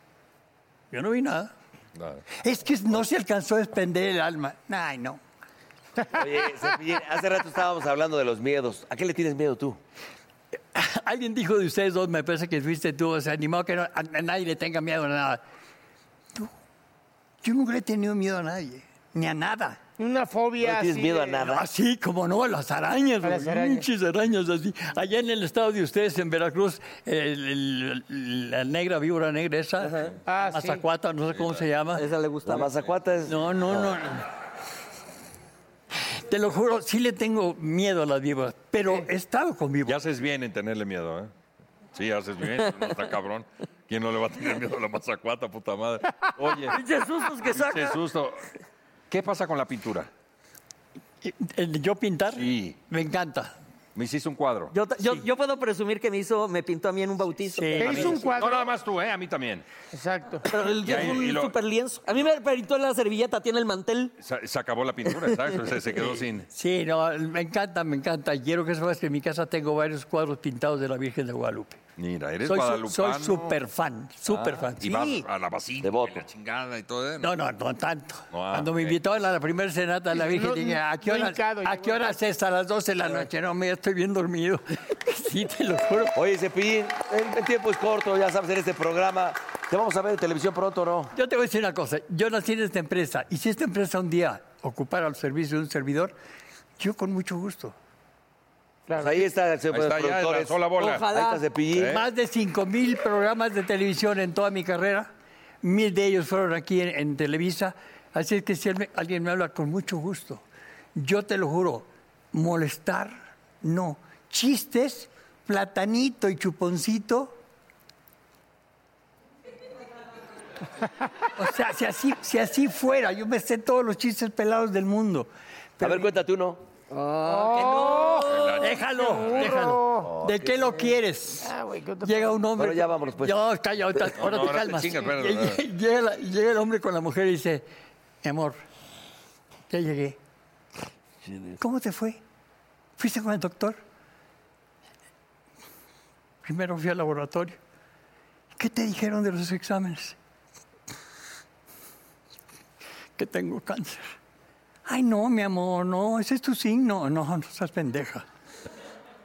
F: yo no vi nada.
D: No.
F: Es que no se alcanzó a desprender el alma. Ay, no.
B: Oye, Cepillín, hace rato estábamos hablando de los miedos. ¿A qué le tienes miedo tú?
F: Alguien dijo de ustedes dos, me parece que fuiste tú, o sea, ni modo que no- a, a nadie le tenga miedo a nada. Tú, yo nunca le he tenido miedo a nadie, ni a nada.
C: Una
B: ¿No
C: fobia.
B: le tienes
C: así
B: miedo a
C: de-
B: nada?
F: Así como no, a las arañas,
C: A las
F: güey,
C: arañas.
F: pinches arañas así. Allá en el estado de ustedes, en Veracruz, el- el- la negra, víbora negra esa,
C: Ah, sí.
F: Mazacuata, no sé cómo se llama.
E: Esa le gusta
B: La
E: más.
B: mazacuata es...
F: No, no, no. Te lo juro, sí le tengo miedo a las víboras, pero he estado con víboras.
D: Y haces bien en tenerle miedo, ¿eh? Sí, haces bien, no está cabrón. ¿Quién no le va a tener miedo a la mazacuata, puta madre? Oye,
E: Pinches sustos que
D: qué susto. ¿Qué pasa con la pintura?
F: El yo pintar,
D: Sí.
F: me encanta.
D: Me hiciste un cuadro.
E: Yo, ta- yo, yo puedo presumir que me hizo, me pintó a mí en un bautizo.
F: Sí.
C: Te hizo un
D: No
C: cuadro.
D: nada más tú, ¿eh? A mí también.
C: Exacto.
E: Pero el-
D: Ya,
E: es
D: y- y
E: un
D: lo-
E: super lienzo. A mí me pintó la servilleta, tiene el mantel.
D: Se, se acabó la pintura, exacto. Se, se quedó sin...
F: Sí, no, me encanta, me encanta. Quiero que sepas que en mi casa tengo varios cuadros pintados de la Virgen de Guadalupe.
D: Mira, eres
F: Soy, su-
D: guadalupano. Ah,
F: soy super fan, super fan.
D: Y
F: Sí.
D: vas a la vasita,
B: Devoto.
D: la chingada y todo. ¿eh?
F: No, no, no tanto.
D: No, ah,
F: Cuando me
D: ok.
F: invitaron a la primera cenata de la Virgen,
C: No,
F: dije, ¿a qué
C: no
F: hora,
C: hincado,
F: ¿a
C: yo
F: qué hora es esta? A las 12 de la noche. No, me estoy bien dormido. sí, te lo juro.
B: Oye, Cepillín, el, el tiempo es corto, ya sabes, en este programa. ¿Te vamos a ver en televisión pronto o no?
F: Yo te voy a decir una cosa. Yo nací en esta empresa. Y si esta empresa un día ocupara el servicio de un servidor, yo con mucho gusto.
B: Pues ahí está el señor
D: Ahí está, ya
B: productor.
D: lanzó la bola.
B: Ahí está Cepillín.
D: ¿Eh?
F: Más de 5 mil programas de televisión en toda mi carrera. Mil de ellos fueron aquí en, en Televisa. Así es que si alguien- alguien me habla con mucho gusto, yo te lo juro, molestar, no. Chistes, platanito y chuponcito. O sea, si así, si así fuera, yo me sé todos los chistes pelados del mundo.
B: A ver, cuéntate uno.
F: Déjalo, déjalo. ¿De qué lo quieres? Llega un hombre.
B: Bueno, ya vámonos, pues.
F: No, calla, ahorita, ahora
D: no,
F: te
D: ahora te
F: calmas.
D: chingas, espérate,
F: Llega-
D: espérate.
F: llega, la- llega el hombre con la mujer y dice, mi amor, ya llegué. ¿Cómo te fue? ¿Fuiste con el doctor? Primero fui al laboratorio. ¿Qué te dijeron de los exámenes? Que tengo cáncer. Ay, no, mi amor, no, ese es tu signo. No, no seas pendeja.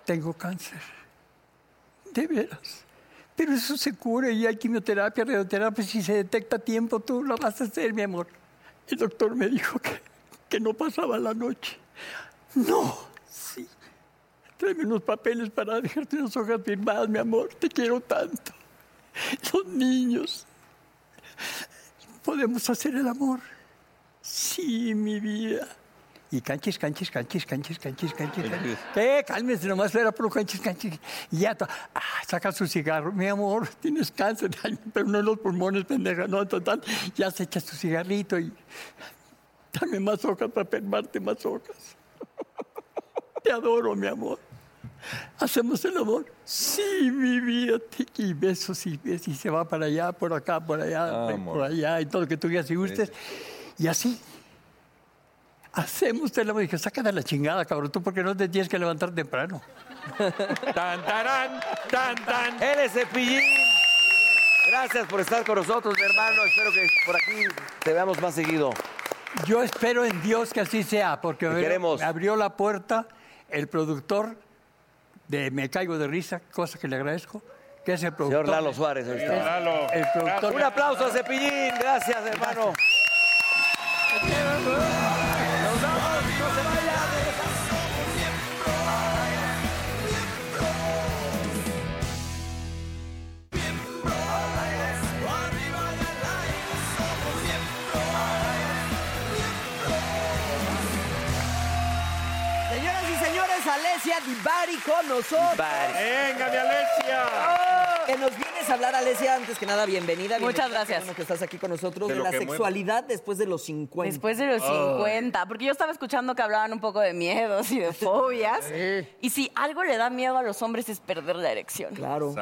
F: Tengo cáncer. De veras. Pero eso se cura y hay quimioterapia, radioterapia. Si se detecta a tiempo, tú lo vas a hacer, mi amor. El doctor me dijo que, que no pasaba la noche. No, sí. Tráeme unos papeles para dejarte unas hojas firmadas, mi amor. Te quiero tanto. Son niños. ¿Podemos hacer el amor? Sí, mi vida. Y canches, canches, canches, canches, canches, canches. canches. Eh, cálmense, nomás era puro canches, canches. Y ya, to- ah, saca su cigarro. Mi amor, tienes cáncer, Ay, pero no en los pulmones, pendeja, no, total. Ya se echa su cigarrito y dame más hojas para firmarte más hojas. Te adoro, mi amor. ¿Hacemos el amor? Sí, mi vida. te- Y besos y besos. Y se va para allá, por acá, por
B: Ah,
F: allá,
D: Vamos.
F: por allá. Y todo lo que tú quieras y gustes. Y así. Hacemos el amor. Y dije, sácate la chingada, cabrón. Tú porque no te tienes que levantar temprano.
D: Tan, tarán, tan, tan.
B: Él es Cepillín. Gracias por estar con nosotros, mi hermano. Espero que por aquí te veamos más seguido.
F: Yo espero en Dios que así sea, porque
B: Te
F: me,
B: queremos.
F: me abrió la puerta el productor de Me Caigo de Risa, cosa que le agradezco, que es el productor.
B: Señor Lalo Suárez, ahí está.
D: Lalo.
F: El productor.
B: Un aplauso a Cepillín. Gracias, hermano.
E: Señoras y señores, Alesia Dibari con nosotros.
B: Bye.
D: Venga, mi Alexia.
E: Que que nos vienes a hablar, Alesia, antes que nada, bienvenida.
G: Muchas
E: bienvenida,
G: gracias.
E: Qué bueno que estás aquí con nosotros
D: De
E: de,
D: lo
E: la
D: que mueve.
E: sexualidad después de los 50.
G: Después de los 50, porque yo estaba escuchando que hablaban un poco de miedos y de fobias. Y si algo le da miedo a los hombres es perder la erección.
E: Claro.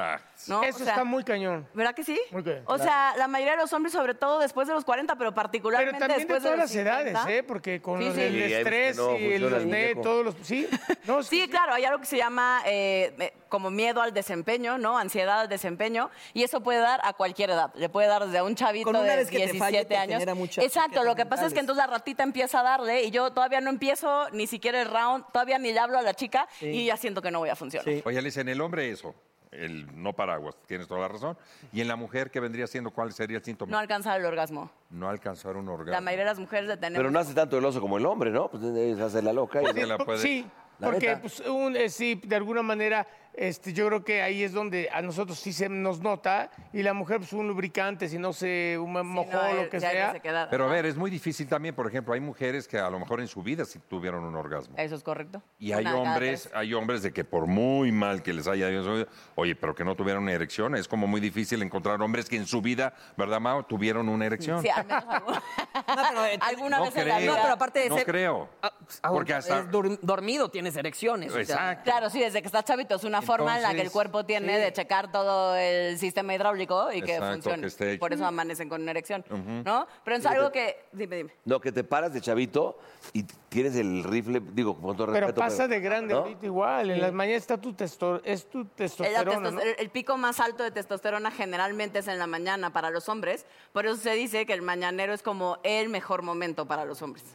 G: ¿no?
C: Eso
G: O sea,
C: está muy cañón.
G: ¿Verdad que sí?
C: Muy bien,
G: o sea, la mayoría de los hombres, sobre todo después de los 40, pero
C: Pero
G: particularmente
C: también de
G: después de,
C: todas las
G: los 50.
C: edades, ¿eh? Porque con
G: Sí,
C: los-
G: sí.
C: el
G: Sí,
B: hay veces
C: estrés
B: que no
C: y el
B: funciona el
C: acné,
B: muñeco.
C: todos los... Sí, no,
G: Sí, claro, hay algo que se llama eh, eh, como miedo al desempeño, ¿no? Ansiedad al desempeño, y eso puede dar a cualquier edad. Le puede dar desde a un chavito
E: Con una
G: de
E: vez que te
G: 17
E: falle, te
G: años.
E: genera muchas
G: Exacto, lo que pasa es
E: mentales.
G: que entonces la ratita empieza a darle y yo todavía no empiezo ni siquiera el round, todavía ni le hablo a la chica y ya siento que no voy a funcionar.
D: Oye, Alicia, en el hombre eso, el no paraguas, tienes toda la razón. Y en la mujer, ¿qué vendría siendo? ¿Cuál sería el síntoma?
G: No alcanzar el orgasmo.
D: No alcanzar un orgasmo.
G: La mayoría de las mujeres le tenemos
B: Pero no hace tanto el oso como el hombre, ¿no? Pues eh, se hace la loca. y-
E: Pues
D: Sí, la puede-
C: Sí,
B: La
C: porque
B: neta.
C: pues, un, eh, sí, de alguna manera este, yo creo que ahí es donde a nosotros sí se nos nota y la mujer pues un lubricante, si no se un
G: Sí,
C: mojó
G: no,
C: lo que
G: ya hay
C: sea.
G: sequedad.
D: Pero a ver, es muy difícil también, por ejemplo, hay mujeres que a lo mejor en su vida sí tuvieron un orgasmo.
G: Eso es correcto.
D: Y
G: Eh, Una
D: hay
G: de cada
D: hombres,
G: tres.
D: hay hombres de que por muy mal que les haya ido, oye, pero que no tuvieron una erección, es como muy difícil encontrar hombres que en su vida, ¿verdad, Mao? Tuvieron una erección.
G: Sí, al menos alguna,
E: pero, eh,
G: alguna
D: no
G: vez en la
D: creo.
G: vida.
E: No, pero aparte de
D: No
E: ser-
D: creo.
E: Ah, pues, ahora
D: Porque hasta-
E: es dur- dormido tienes erecciones. o sea,
D: Exacto.
G: Claro, sí, desde que estás chavito es una forma en la que el
D: Entonces,
G: cuerpo tiene de checar todo el sistema hidráulico y que
D: Exacto,
G: funcione.
D: que esté hecho.
G: Por eso amanecen con una erección, ¿no? Pero es algo que... Dime, dime.
B: No, que te paras de chavito y t- tienes el rifle, digo, con todo respeto.
C: Pero pasa de grande
B: ¿no?
C: ahorita igual, en las mañanas está tu, testo- es tu
G: El, la
C: testosterona, ¿no?
G: testoster- el pico más alto de testosterona generalmente es en la mañana para los hombres. Por eso se dice que el mañanero es como el mejor momento para los hombres.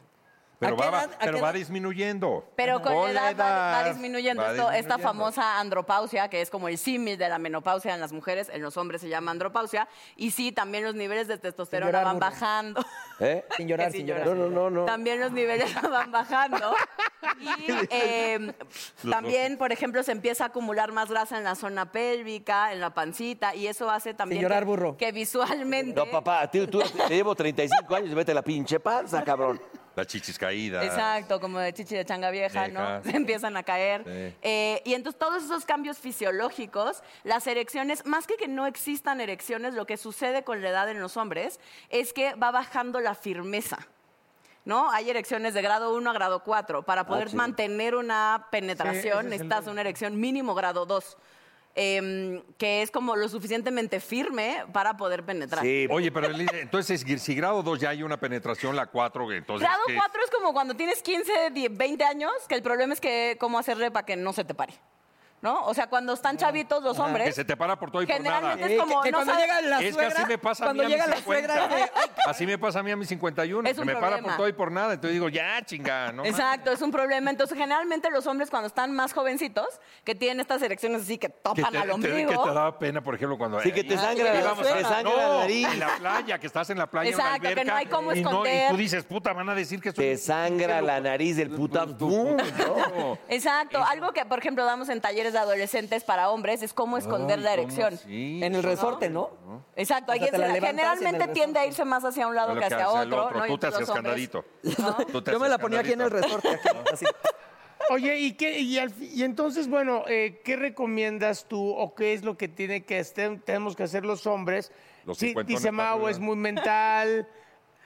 D: Pero,
E: ¿A qué
D: va, va-
E: edad- a
D: pero
E: qué
D: va
E: edad?
D: disminuyendo.
G: Pero con, la edad, va, va
D: edad
G: disminuyendo,
D: va
G: esto- esta
D: disminuyendo.
G: famosa andropausia, que es como el símil de la menopausia en las mujeres, en los hombres se llama andropausia, y sí, también los niveles de testosterona
E: llorar,
G: van
E: burro.
G: bajando.
B: ¿Eh?
E: Sin llorar,
G: Que sí
E: sin llorar.
B: No, no, no, no.
G: También los niveles van bajando. Y eh, también, por ejemplo, se empieza a acumular más grasa en la zona pélvica, en la pancita, y eso hace también
E: llorar,
G: que,
E: burro.
G: que visualmente...
B: No, papá, a ti- tú, te llevo 35 años y vete a la pinche panza, cabrón.
D: Las chichis caídas.
G: Exacto, como de chichi de changa vieja,
D: Vieja.
G: ¿no? Se empiezan a caer.
D: Sí.
G: Eh, y entonces todos esos cambios fisiológicos, las erecciones, más que que no existan erecciones, lo que sucede con la edad en los hombres es que va bajando la firmeza. ¿No? Hay erecciones de grado 1 a grado 4. Para poder
B: sí.
G: mantener una
C: ese es
G: penetración
C: el
G: necesitas una erección mínimo grado 2, em, que es como lo suficientemente firme para poder penetrar.
B: Sí,
D: Eh, Oye, pero el- entonces, si grado 2 ya hay una penetración, la 4, entonces...
G: Grado
D: ¿qué?
G: 4 es como cuando tienes 15, 10, 20 años, que el problema es que cómo hacerle para que no se te pare. ¿No? O sea, cuando están chavitos los
D: Ah, Que
G: hombres.
D: se te para por todo y por nada.
G: ¿eh? Generalmente es como.
E: que
G: no
E: cuando
G: sabes-
E: llega la
D: es que
E: suegra,
D: así me pasa a
E: cuando
D: mí a mis
E: llega la
D: 50.
E: suegra, es de, "Ay,
D: Así me pasa a mí a mis 51.
G: Es
D: que
G: un
D: me para por
G: problema.
D: todo y por nada. Entonces digo, ya, chinga, ¿no?
G: Exacto, es un problema. Entonces, generalmente los hombres cuando están más jovencitos, que tienen estas erecciones así que
D: Que
G: topan
D: te,
G: al
D: te- que
G: ombligo.
D: te daba pena, por ejemplo, cuando...
B: Sí, que te
D: ahí-
B: sangra,
D: ahí
B: la-
D: vamos a-
B: te sangra la
D: no,
B: nariz.
D: en la playa, que estás en la playa, en una
G: Exacto, que no
D: alberca,
G: hay cómo
D: y no- Y
G: esconder.
D: tú dices, puta, van a decir que soy...
B: te
D: un- Pues,
B: sangra la nariz del puta. ¡Pum! ¿no?
G: Exacto, algo que, por ejemplo, damos en talleres de adolescentes para hombres es cómo esconder la erección.
D: Sí.
E: En el resorte, ¿no?
G: Exacto,
E: O
G: ahí
E: sea,
G: es
E: te la
G: la-
E: levantas en
G: generalmente
E: el
G: tiende a irse más hacia un lado
D: Lo
G: que hacia,
D: el
G: otro. ¿no? Y
D: Tú te
G: entonces
D: hacías
G: los hombres-
D: candadito. Tú te
E: Yo me
D: hacías
E: la ponía aquí en el
D: candadito.
E: resorte. aquí, así.
C: Oye, ¿y, qué, y, al fi- y entonces, bueno, eh, ¿qué recomiendas tú o qué es lo que tiene que este- tenemos que hacer los hombres?
D: Los
C: Sí,
D: cincuentones
C: dice
D: para
C: Mau,
D: arriba.
C: es muy mental.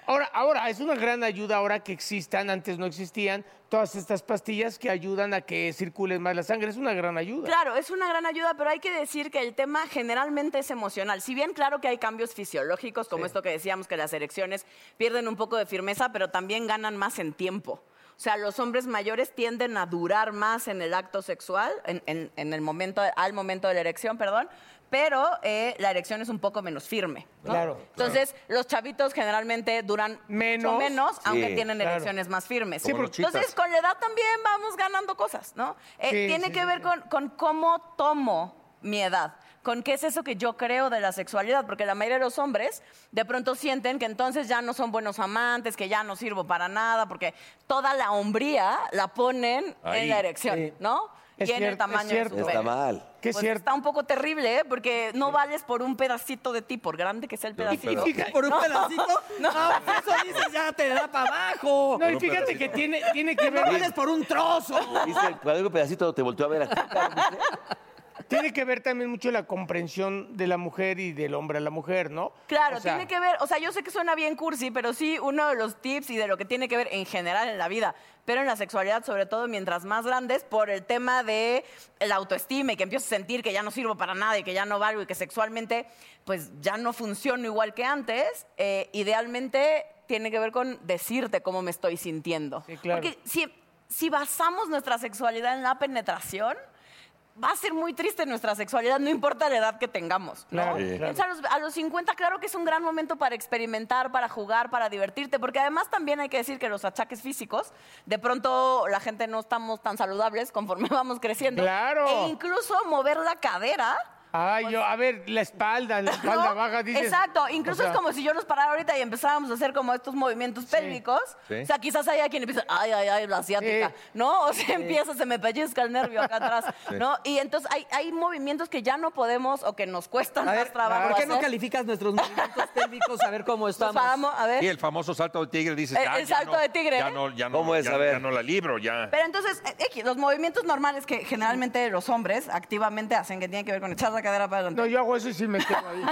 C: Ahora, ahora, es una gran ayuda ahora que existan, antes no existían, todas estas pastillas que ayudan a que circule más la sangre. Es una gran ayuda.
G: Claro, es una gran ayuda, pero hay que decir que el tema generalmente es emocional. Si bien claro que hay cambios fisiológicos, como esto que decíamos, que las erecciones pierden un poco de firmeza, pero también ganan más en tiempo. O sea, los hombres mayores tienden a durar más en el acto sexual, en, en- en el momento, al momento de la erección, perdón, pero eh, la erección es un poco menos firme. ¿no?
C: Claro.
G: Entonces, los chavitos generalmente duran
C: Menos.
G: menos, menos aunque
B: Sí,
G: tienen
C: claro.
G: erecciones más firmes.
D: Como los chitas.
G: Entonces, con la edad también vamos ganando cosas, ¿no? Eh,
C: Sí,
G: tiene
C: sí,
G: que
C: sí,
G: ver con, con cómo tomo mi edad, con qué es eso que yo creo de la sexualidad, porque la mayoría de los hombres de pronto sienten que entonces ya no son buenos amantes, que ya no sirvo para nada, porque toda la hombría la ponen
D: Ahí.
G: en la erección,
C: Sí.
G: ¿no?
C: Es
G: y en
C: cierto,
G: el tamaño
C: es
G: de su
C: cierto.
G: pene.
B: Está mal.
C: Que es
G: Pues
C: cierto.
G: Está un poco terrible, ¿eh? porque no vales por un pedacito de ti, por grande que sea el pedacito.
D: pero-
C: fíjate-
E: Por un
G: No,
E: pedacito.
G: no.
E: No, pues eso dices, ya te da para abajo.
C: No, y fíjate que tiene,
G: Pues
C: tiene que ver...
E: No vales por un trozo.
B: Dice, cuando digo pedacito, te volteó a ver a ti. cabrón, ¿viste?
C: Tiene que ver también mucho la comprensión de la mujer y del hombre a la mujer, ¿no?
G: Claro,
C: O sea,
G: tiene que ver, o sea, yo sé que suena bien cursi, pero sí uno de los tips y de lo que tiene que ver en general en la vida, pero en la sexualidad, sobre todo mientras más grandes, por el tema de la autoestima y que empiezo a sentir que ya no sirvo para nada y que ya no valgo y que sexualmente, pues ya no funciono igual que antes, eh, idealmente tiene que ver con decirte cómo me estoy sintiendo.
C: Sí, claro.
G: Porque si, si basamos nuestra sexualidad en la penetración, va a ser muy triste nuestra sexualidad, no importa la edad que tengamos. ¿no?
C: Claro, Sí. claro.
G: Entonces, a los, a los 50, claro que es un gran momento para experimentar, para jugar, para divertirte, porque además también hay que decir que los achaques físicos, de pronto la gente no estamos tan saludables conforme vamos creciendo.
C: Claro.
G: E incluso mover la cadera.
C: Ay, yo, a ver, la espalda,
G: ¿no?
C: la espalda baja, dices.
G: Pues Exacto, incluso
C: o sea,
G: es como si yo nos parara ahorita y empezáramos a hacer como estos movimientos pélvicos.
D: Sí.
G: O sea, quizás haya quien empieza, ay, ay, ay, la asiática,
C: Sí.
G: ¿no? O sea, empieza, se me pellizca el nervio acá atrás, ¿no? Y entonces hay, hay movimientos que ya no podemos o que nos cuestan
E: A
G: más
E: ver,
G: trabajo.
E: ¿por qué no
G: hacer.
E: calificas nuestros movimientos técnicos a ver cómo
G: Nos
E: estamos?
G: vamos, a ver.
D: Y el famoso salto de tigre dices,
G: Eh,
D: "Ah,
G: el
D: ya
G: salto
D: no,
G: de tigre,
D: Ya
G: ¿eh?
D: no, ya no,
B: ¿Cómo es?
D: ya-
B: A ver.
D: ya no la libro, ya.
G: Pero entonces, eh, X, los movimientos normales que generalmente los hombres activamente hacen, que tienen que ver con echar la cadera para adelante.
C: No, yo hago eso y sí me quedo ahí.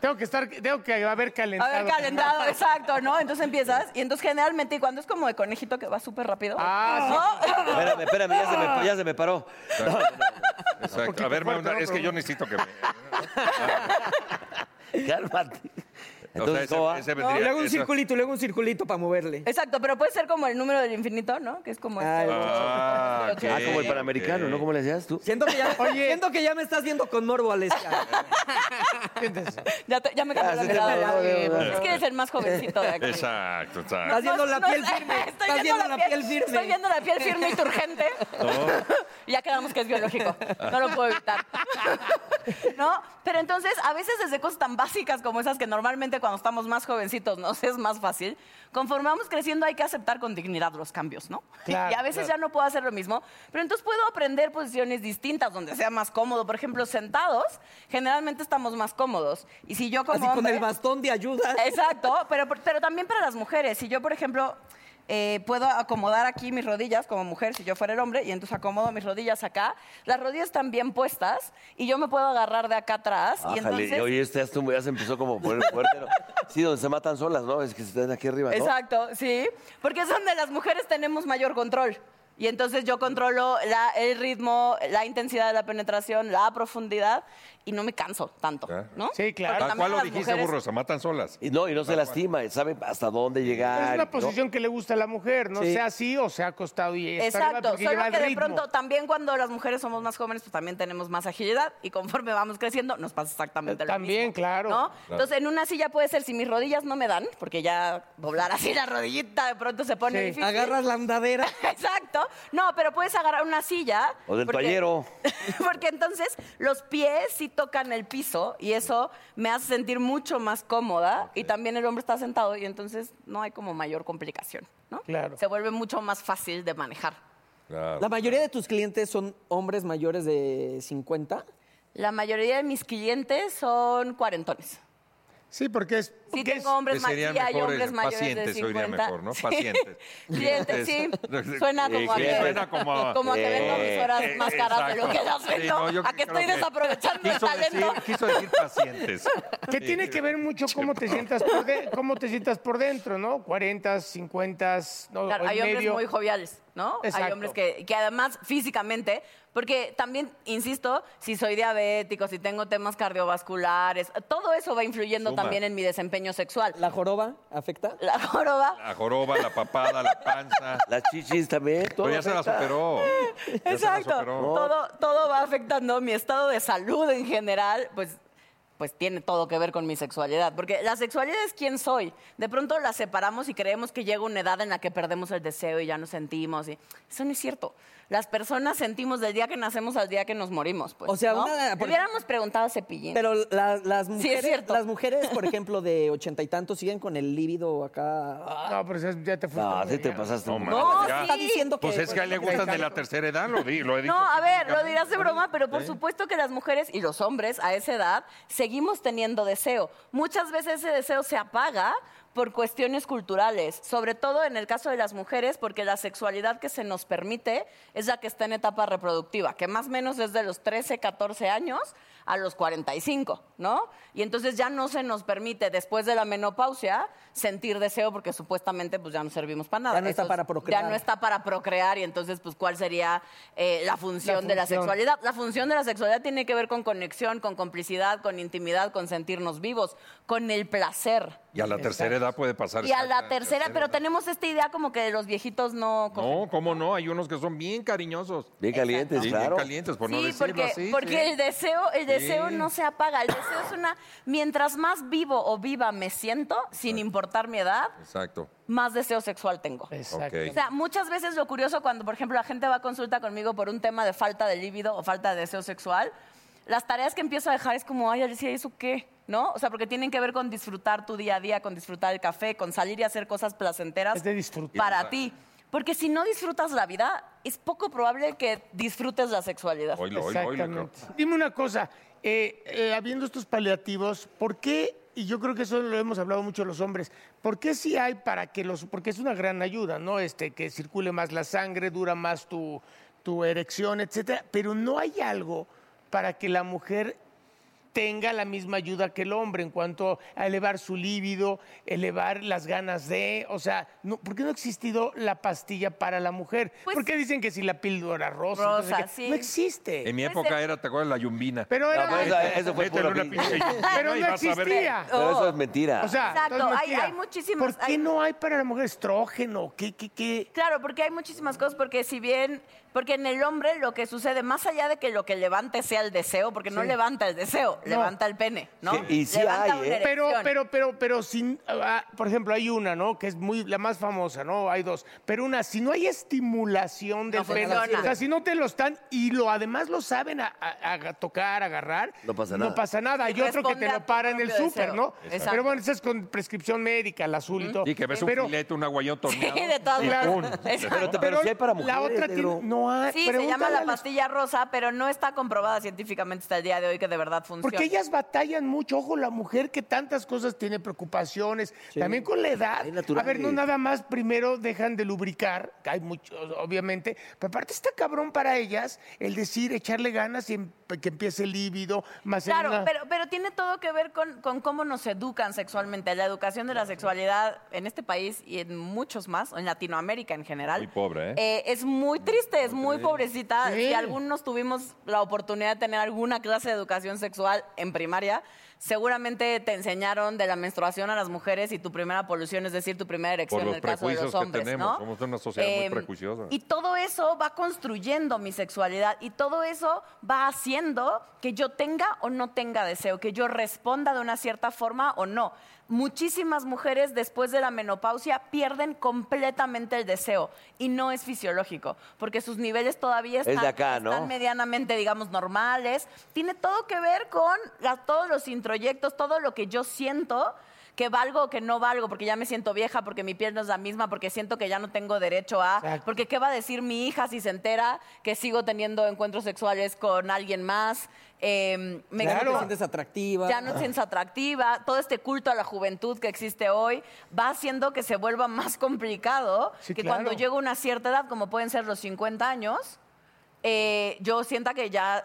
C: tengo que estar, tengo que haber
G: a
C: calentado.
G: ver, calentado, exacto, ¿no? Entonces empiezas, y entonces generalmente, y cuando es como de conejito que va súper rápido,
C: Ah,
G: ¿no?
B: Espérame, espérame, ya se me, ya se me paró.
D: Exacto. A ver,
C: fuerte,
D: Magda,
C: ¿no?
D: es que yo necesito que me...
B: Cálmate.
D: o sea,
B: Entonces,
D: ese-
B: ¿cómo va?
D: ese
E: Y
D: vendría-
E: luego un
D: esa-
E: circulito, luego un circulito para moverle.
G: Exacto, pero puede ser como el número del infinito, ¿no? Que es como
E: Ah,
G: este.
E: el
D: Ah,
G: ocho, ocho,
B: Ah,
G: ocho.
B: como el
D: Ok,
B: panamericano,
D: ok.
B: ¿no? ¿Cómo le decías tú?
E: Siento que, ya, siento que ya me estás viendo con morbo, Alessia.
C: siéntese.
G: Ya, te- ya me cambió
B: Ah,
G: la
B: sí, te
G: mirada.
B: cambió,
G: Sí,
B: cambió,
G: Es que eres el más jovencito de aquí.
D: Exacto, exacto.
E: Estás viendo la
G: No, no
E: piel
G: sé,
E: firme.
G: estoy
E: Estás viendo la piel firme.
G: Estoy viendo la piel firme y turgente. Y ya quedamos que es biológico. No lo puedo evitar. ¿No? Pero entonces, a veces desde cosas tan básicas como esas que normalmente cuando estamos más jovencitos nos es más fácil, conforme vamos creciendo hay que aceptar con dignidad los cambios, ¿no?
C: Claro,
G: y a veces ya no puedo hacer lo mismo, pero entonces puedo aprender posiciones distintas donde sea más cómodo. Por ejemplo, sentados, generalmente estamos más cómodos. Y si yo como
E: Así con
G: hombre-
E: el bastón de ayuda.
G: Exacto, pero, pero también para las mujeres. Si yo, por ejemplo, eh, puedo acomodar aquí mis rodillas como mujer, si yo fuera el hombre, y entonces acomodo mis rodillas acá, las rodillas están bien puestas y yo me puedo agarrar de acá atrás. y
B: Ájale,
G: entonces...
B: oye, este ya se- ya se empezó como a poner fuerte. ¿no? Sí, donde se matan solas, ¿no? Es que se están aquí arriba, ¿no?
G: Exacto, sí, porque es donde las mujeres tenemos mayor control. Y entonces yo controlo la- el ritmo, la intensidad de la penetración, la profundidad y no me canso tanto,
D: Claro.
G: ¿no?
C: Sí, claro.
G: Porque
D: Tal
G: también
D: cual lo
G: las
D: dijiste,
G: mujeres-
D: burro, se matan solas.
B: Y no, y no se lastima, y sabe hasta dónde llegar.
C: Es
B: ¿no?
C: una posición que le gusta a la mujer, no sea así o sea acostado y está arriba
G: Exacto,
C: porque
G: solo
C: lleva el
G: que de
C: ritmo.
G: pronto también cuando las mujeres somos más jóvenes, pues también tenemos más agilidad y conforme vamos creciendo nos pasa exactamente lo mismo.
C: También, claro.
G: ¿no? Entonces en una silla puede ser si mis rodillas no me dan, porque ya doblar así la rodillita de pronto se pone
C: Sí.
G: difícil.
E: Agarras la andadera.
G: Exacto. No, pero puedes agarrar una silla.
B: O del toallero.
G: Porque entonces los pies sí tocan el piso y eso me hace sentir mucho más cómoda. Y también el hombre está sentado y entonces no hay como mayor complicación, ¿no?
C: Claro.
G: Se vuelve mucho más fácil de manejar.
D: Claro.
E: La mayoría de tus clientes son hombres mayores de 50.
G: La mayoría de mis clientes son cuarentones.
C: Sí, porque es.
G: Sí,
C: porque es-
G: tengo hombres
D: Que serían
G: mayores, hay
D: mejores
G: hombres mayores de
D: pacientes, oiría
G: 50.
D: mejor, ¿no?
G: Sí.
D: Pacientes.
G: Clientes, sí.
D: Clientes.
G: Suena
D: Sí,
G: como,
D: sí,
G: a que,
D: suena como a-
G: como a que vendo
D: Eh,
G: mis horas
D: eh,
G: más caras de lo que
D: exacto.
G: las
D: Sí,
G: vendo.
D: no, yo
G: a que
D: creo
G: estoy desaprovechando el
D: quiso
G: talento.
D: Decir, quiso decir pacientes.
C: Que tiene que ver mucho cómo te sientas por, de- cómo te sientas por dentro, ¿no? 40, 50, no,
G: Claro,
C: o en
G: hay hombres
C: medio.
G: muy joviales, ¿no? Hay
C: Exacto.
G: hombres que, que además físicamente, porque también, insisto, si soy diabético, si tengo temas cardiovasculares, todo eso va influyendo
D: Suma.
G: también en mi desempeño sexual. La,
E: ¿La joroba afecta?
G: joroba,
D: La joroba, la papada, la panza.
B: Las chichis también. todo
D: Pero ya se la
B: afecta.
D: superó. Ya se la
G: exacto,
D: superó.
G: todo, todo va afectando mi estado de salud en general, pues pues tiene todo que ver con mi sexualidad, porque la sexualidad es quién soy. De pronto la separamos y creemos que llega una edad en la que perdemos el deseo y ya nos sentimos. Y... Eso no es cierto. Las personas sentimos del día que nacemos al día que nos morimos. Pues,
E: O sea,
G: ¿no?
E: una-
G: Le
E: por-
G: hubiéramos preguntado a Cepillín.
E: Pero la- las,
G: es
E: mujeres,
G: cierto.
E: las mujeres, por ejemplo, de ochenta y tantos, siguen con el líbido acá.
C: No, pero esas- ya te fuiste.
B: No,
C: muy
B: así te
C: allá.
B: pasaste.
D: No,
B: un-
D: man.
G: No,
D: Ya.
G: Oh, sí.
E: Está diciendo que.
D: Pues es que a él le gustan de la tercera edad, lo, di, lo he dicho.
G: No, a ver, lo
D: públicamente.
G: dirás de broma, pero por supuesto que las mujeres y los hombres a esa edad seguimos teniendo deseo. Muchas veces ese deseo se apaga por cuestiones culturales, sobre todo en el caso de las mujeres, porque la sexualidad que se nos permite es la que está en etapa reproductiva, que más o menos desde los 13, 14 años a los 45, ¿no? Y entonces ya no se nos permite, después de la menopausia, sentir deseo porque supuestamente pues ya no servimos para nada.
E: Ya no está
G: Eso es-
E: para procrear.
G: Ya no está para procrear y entonces pues cuál sería eh, la función de la
E: función.
G: sexualidad sexualidad. La función de la sexualidad tiene que ver con conexión, con complicidad, con intimidad, con sentirnos vivos, con el placer.
D: Y a la tercera edad puede pasar.
G: Y a
D: exacta-
G: la tercera, pero tenemos esta idea como que los viejitos no... cogen.
D: No, ¿cómo no? Hay unos que son bien cariñosos.
B: Bien calientes,
D: Sí,
B: claro.
D: bien calientes, por no
G: sí,
D: decirlo
G: porque,
D: así.
G: porque
D: sí.
G: el deseo, el deseo
D: Sí.
G: no se apaga. El deseo es una... Mientras más vivo o viva me siento, sin importar mi edad,
D: Exacto.
G: más deseo sexual tengo.
C: Exacto.
G: O sea, muchas veces lo curioso cuando, por ejemplo, la gente va a consulta conmigo por un tema de falta de líbido o falta de deseo sexual, las tareas que empiezo a dejar es como, ay, Alicia, ¿y ¿eso qué? ¿No? O sea, porque tienen que ver con disfrutar tu día a día, con disfrutar el café, con salir y hacer cosas placenteras
C: Es de disfrutar.
G: para ti. Porque si no disfrutas la vida, es poco probable que disfrutes la sexualidad.
D: Oilo, oilo, oilo. creo.
C: Exactamente. Dime una cosa, eh, eh, habiendo estos paliativos, ¿por qué, y yo creo que eso lo hemos hablado mucho los hombres, ¿por qué sí hay para que los, porque es una gran ayuda, ¿no? Este, que circule más la sangre, dura más tu, tu erección, etcétera, pero no hay algo para que la mujer tenga la misma ayuda que el hombre en cuanto a elevar su líbido, elevar las ganas de, o sea, no, ¿por qué no ha existido la pastilla para la mujer?
G: Pues-
C: ¿Por qué dicen que si la píldora rosa?
G: Rosa,
C: entonces que-
G: sí.
C: No existe.
D: En mi época era, ¿te acuerdas? La yumbina.
C: Pero era
B: No, pero
C: la-
B: esa- eso fue
D: Métele
B: pura
D: una
B: pinche-
D: pinche yumbina
C: Pero
D: y
C: no
D: vas a ver-
C: existía.
B: Pero eso
G: Oh.
B: es mentira.
C: O sea,
G: Exacto,
C: entonces,
G: hay-
C: mentira.
G: hay muchísimas-
C: ¿Por qué
G: hay-
C: no hay para la mujer estrógeno? ¿Qué, qué, qué?
G: Claro, porque hay muchísimas cosas, porque si bien, porque en el hombre lo que sucede, más allá de que lo que levante sea el deseo, porque no levanta el deseo, levanta el pene, ¿no?
B: Sí, y sí
G: Levanta
B: hay,
G: una
B: ¿eh?
G: erección.
C: Pero, pero, pero, pero, sin, ah, por ejemplo, hay una, ¿no? Que es muy la más famosa, ¿no? Hay dos. Pero una, si no hay estimulación del
G: No
C: pene,
G: funciona.
C: o sea, si no te lo están y lo además lo saben a, a- a tocar, agarrar,
B: No pasa nada.
C: No pasa nada. Hay
G: Que
C: otro que
G: responde
C: te
G: a
C: lo
G: tu
C: para en el
G: propio
C: súper,
G: deseo.
C: ¿no?
G: Exacto.
C: Pero bueno, eso es con prescripción médica, el azul y todo.
D: Sí, que ves un
C: Pero-
D: filete, un aguayón torneado.
G: Sí, de todas
D: y
G: maneras.
D: ¡pum!
G: Exacto.
B: Pero te- sí hay para
C: La
B: mujeres,
C: otra
B: negro.
C: tiene, no hay.
G: Sí, se llama
C: pregúntale a
G: la
C: las
G: pastilla rosa, pero no está comprobada científicamente hasta el día de hoy que de verdad funciona.
C: Porque ellas batallan mucho, ojo, la mujer que tantas cosas tiene preocupaciones, también con la edad.
B: Ay, natural.
C: A ver, no nada más primero dejan de lubricar, que hay muchos, obviamente, pero aparte está cabrón para ellas el decir, echarle ganas y em- que empiece el líbido, más en
G: Claro,
C: una-
G: pero, pero tiene todo que ver con, con cómo nos educan sexualmente. La educación de la sexualidad en este país y en muchos más, en Latinoamérica en general.
D: Muy pobre, ¿eh?
G: es muy triste, es muy pobrecita.
C: Sí.
G: Si algunos tuvimos la oportunidad de tener alguna clase de educación sexual en primaria, seguramente te enseñaron de la menstruación a las mujeres y tu primera polución, es decir, tu primera erección
D: los
G: en el caso de los
D: prejuicios que
G: hombres.
D: tenemos.
G: ¿no? Em,
D: Somos una sociedad muy prejuiciosa.
G: Y todo eso va construyendo mi sexualidad y todo eso va haciendo que yo tenga o no tenga deseo, que yo responda de una cierta forma o no. Muchísimas mujeres después de la menopausia pierden completamente el deseo y no es fisiológico, porque sus niveles todavía
B: de
G: están,
B: acá, ¿no?
G: están medianamente, digamos, normales. Tiene todo que ver con la- todos los introyectos, todo lo que yo siento que valgo o que no valgo, porque ya me siento vieja, porque mi piel no es la misma, porque siento que ya no tengo derecho a,
C: Exacto.
G: porque qué va a decir mi hija si se entera que sigo teniendo encuentros sexuales con alguien más. Eh, me
E: Ya no te
G: siento-
E: sientes atractiva.
G: ya no te sientes atractiva, todo este culto a la juventud que existe hoy va haciendo que se vuelva más complicado
C: Sí,
G: que
C: claro.
G: cuando llego a una cierta edad, como pueden ser los 50 años, eh, yo sienta que ya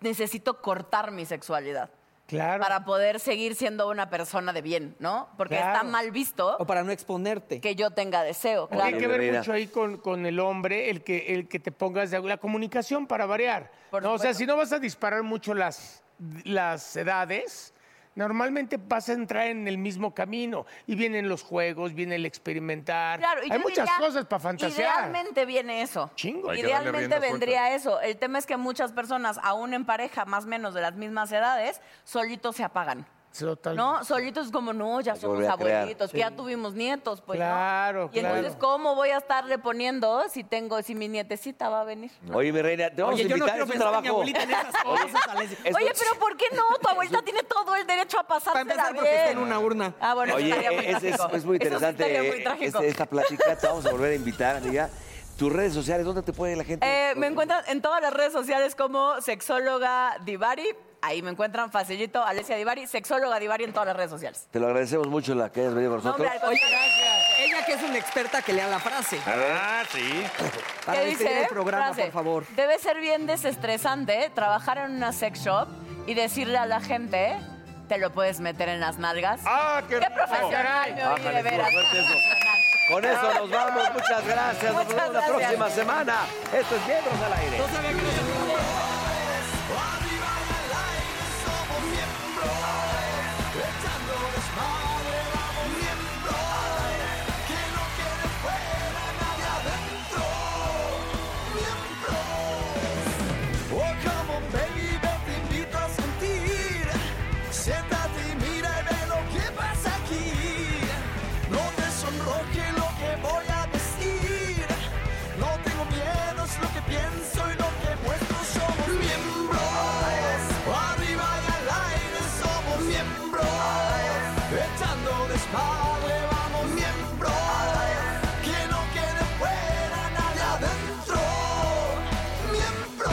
G: necesito cortar mi sexualidad
C: Claro.
G: para poder seguir siendo una persona de bien, ¿no? Porque
C: Claro.
G: está mal visto
E: O para no exponerte.
G: que yo tenga deseo, claro.
C: Tiene que ver
B: Guerrera.
C: mucho ahí con, con el hombre, el que, el que te pongas de la comunicación para variar.
G: Por
C: ¿no? O sea,
G: supuesto.
C: si no vas a disparar mucho las, las edades, normalmente vas a entrar en el mismo camino. Y vienen los juegos, viene el experimentar.
G: Claro, y
C: Hay
G: yo
C: muchas
G: diría,
C: cosas para fantasear.
G: Idealmente viene eso.
C: Chingo.
D: Hay que darle
G: Idealmente
D: rienda
G: vendría eso. El tema es que muchas personas, aún en pareja, más o menos de las mismas edades, solitos se apagan.
C: Total-
G: ¿No? Solitos como, no, ya
B: que
G: somos
B: volver a crear.
G: abuelitos, que ya tuvimos nietos, pues. ¿no?
C: Claro,
G: Y entonces,
C: claro.
G: ¿cómo voy a estarle poniendo si tengo, si mi nietecita va a venir?
B: Oye, mi reina, te vamos
E: Oye,
B: a
E: yo no
B: invitar
E: quiero
B: es un
E: pensar en mi
B: trabajo.
E: abuelita en esas cosas, Alex.
B: Es-
G: Oye, pero ¿por qué no? Tu abuelita tiene todo el derecho a pasar
E: Para empezar, porque está en una urna.
G: Ah, bueno, eso
B: Oye,
G: estaría muy
B: es, es-
G: trágico.
B: es muy
G: Eso sí
B: interesante
G: estaría muy
B: eh,
G: trágico.
B: este- esta plática. Te vamos a volver a invitar, amiga. Tus redes sociales, ¿dónde te puede la gente?
G: Eh, me encuentran en todas las redes sociales como sexóloga Divari. Ahí me encuentran facilito, Alessia Divari, sexóloga Divari en todas las redes sociales.
B: Te lo agradecemos mucho la que hayas venido con
G: No, hombre,
B: nosotros.
G: al contrario.
E: Ella que es una experta que lea la frase.
D: Ah, sí.
E: Para
G: ¿Qué
E: despedir
G: dice?
E: el programa,
G: Frase.
E: por favor.
G: Debe ser bien desestresante trabajar en una sex shop y decirle a la gente, te lo puedes meter en las nalgas.
D: ¡Ah, qué,
G: ¡Qué
D: rico!
G: profesional me oye,
B: Ájale,
G: de veras!
B: estuvo fuerte eso. Con eso nos vamos. Muchas gracias. Nos
G: Muchas
B: vemos la
G: gracias.
B: próxima semana. Esto es Miembros al Aire.
A: Oh, come on, baby, te invito a sentir. Siéntate y mira y ve lo que pasa aquí. No te sonroje lo que voy a decir. No tengo miedo, es lo que pienso y lo que muestro. Somos miembros. Arriba y al aire somos miembros. Echando desmadre vamos miembros. Que no quede fuera nadie adentro. Miembros.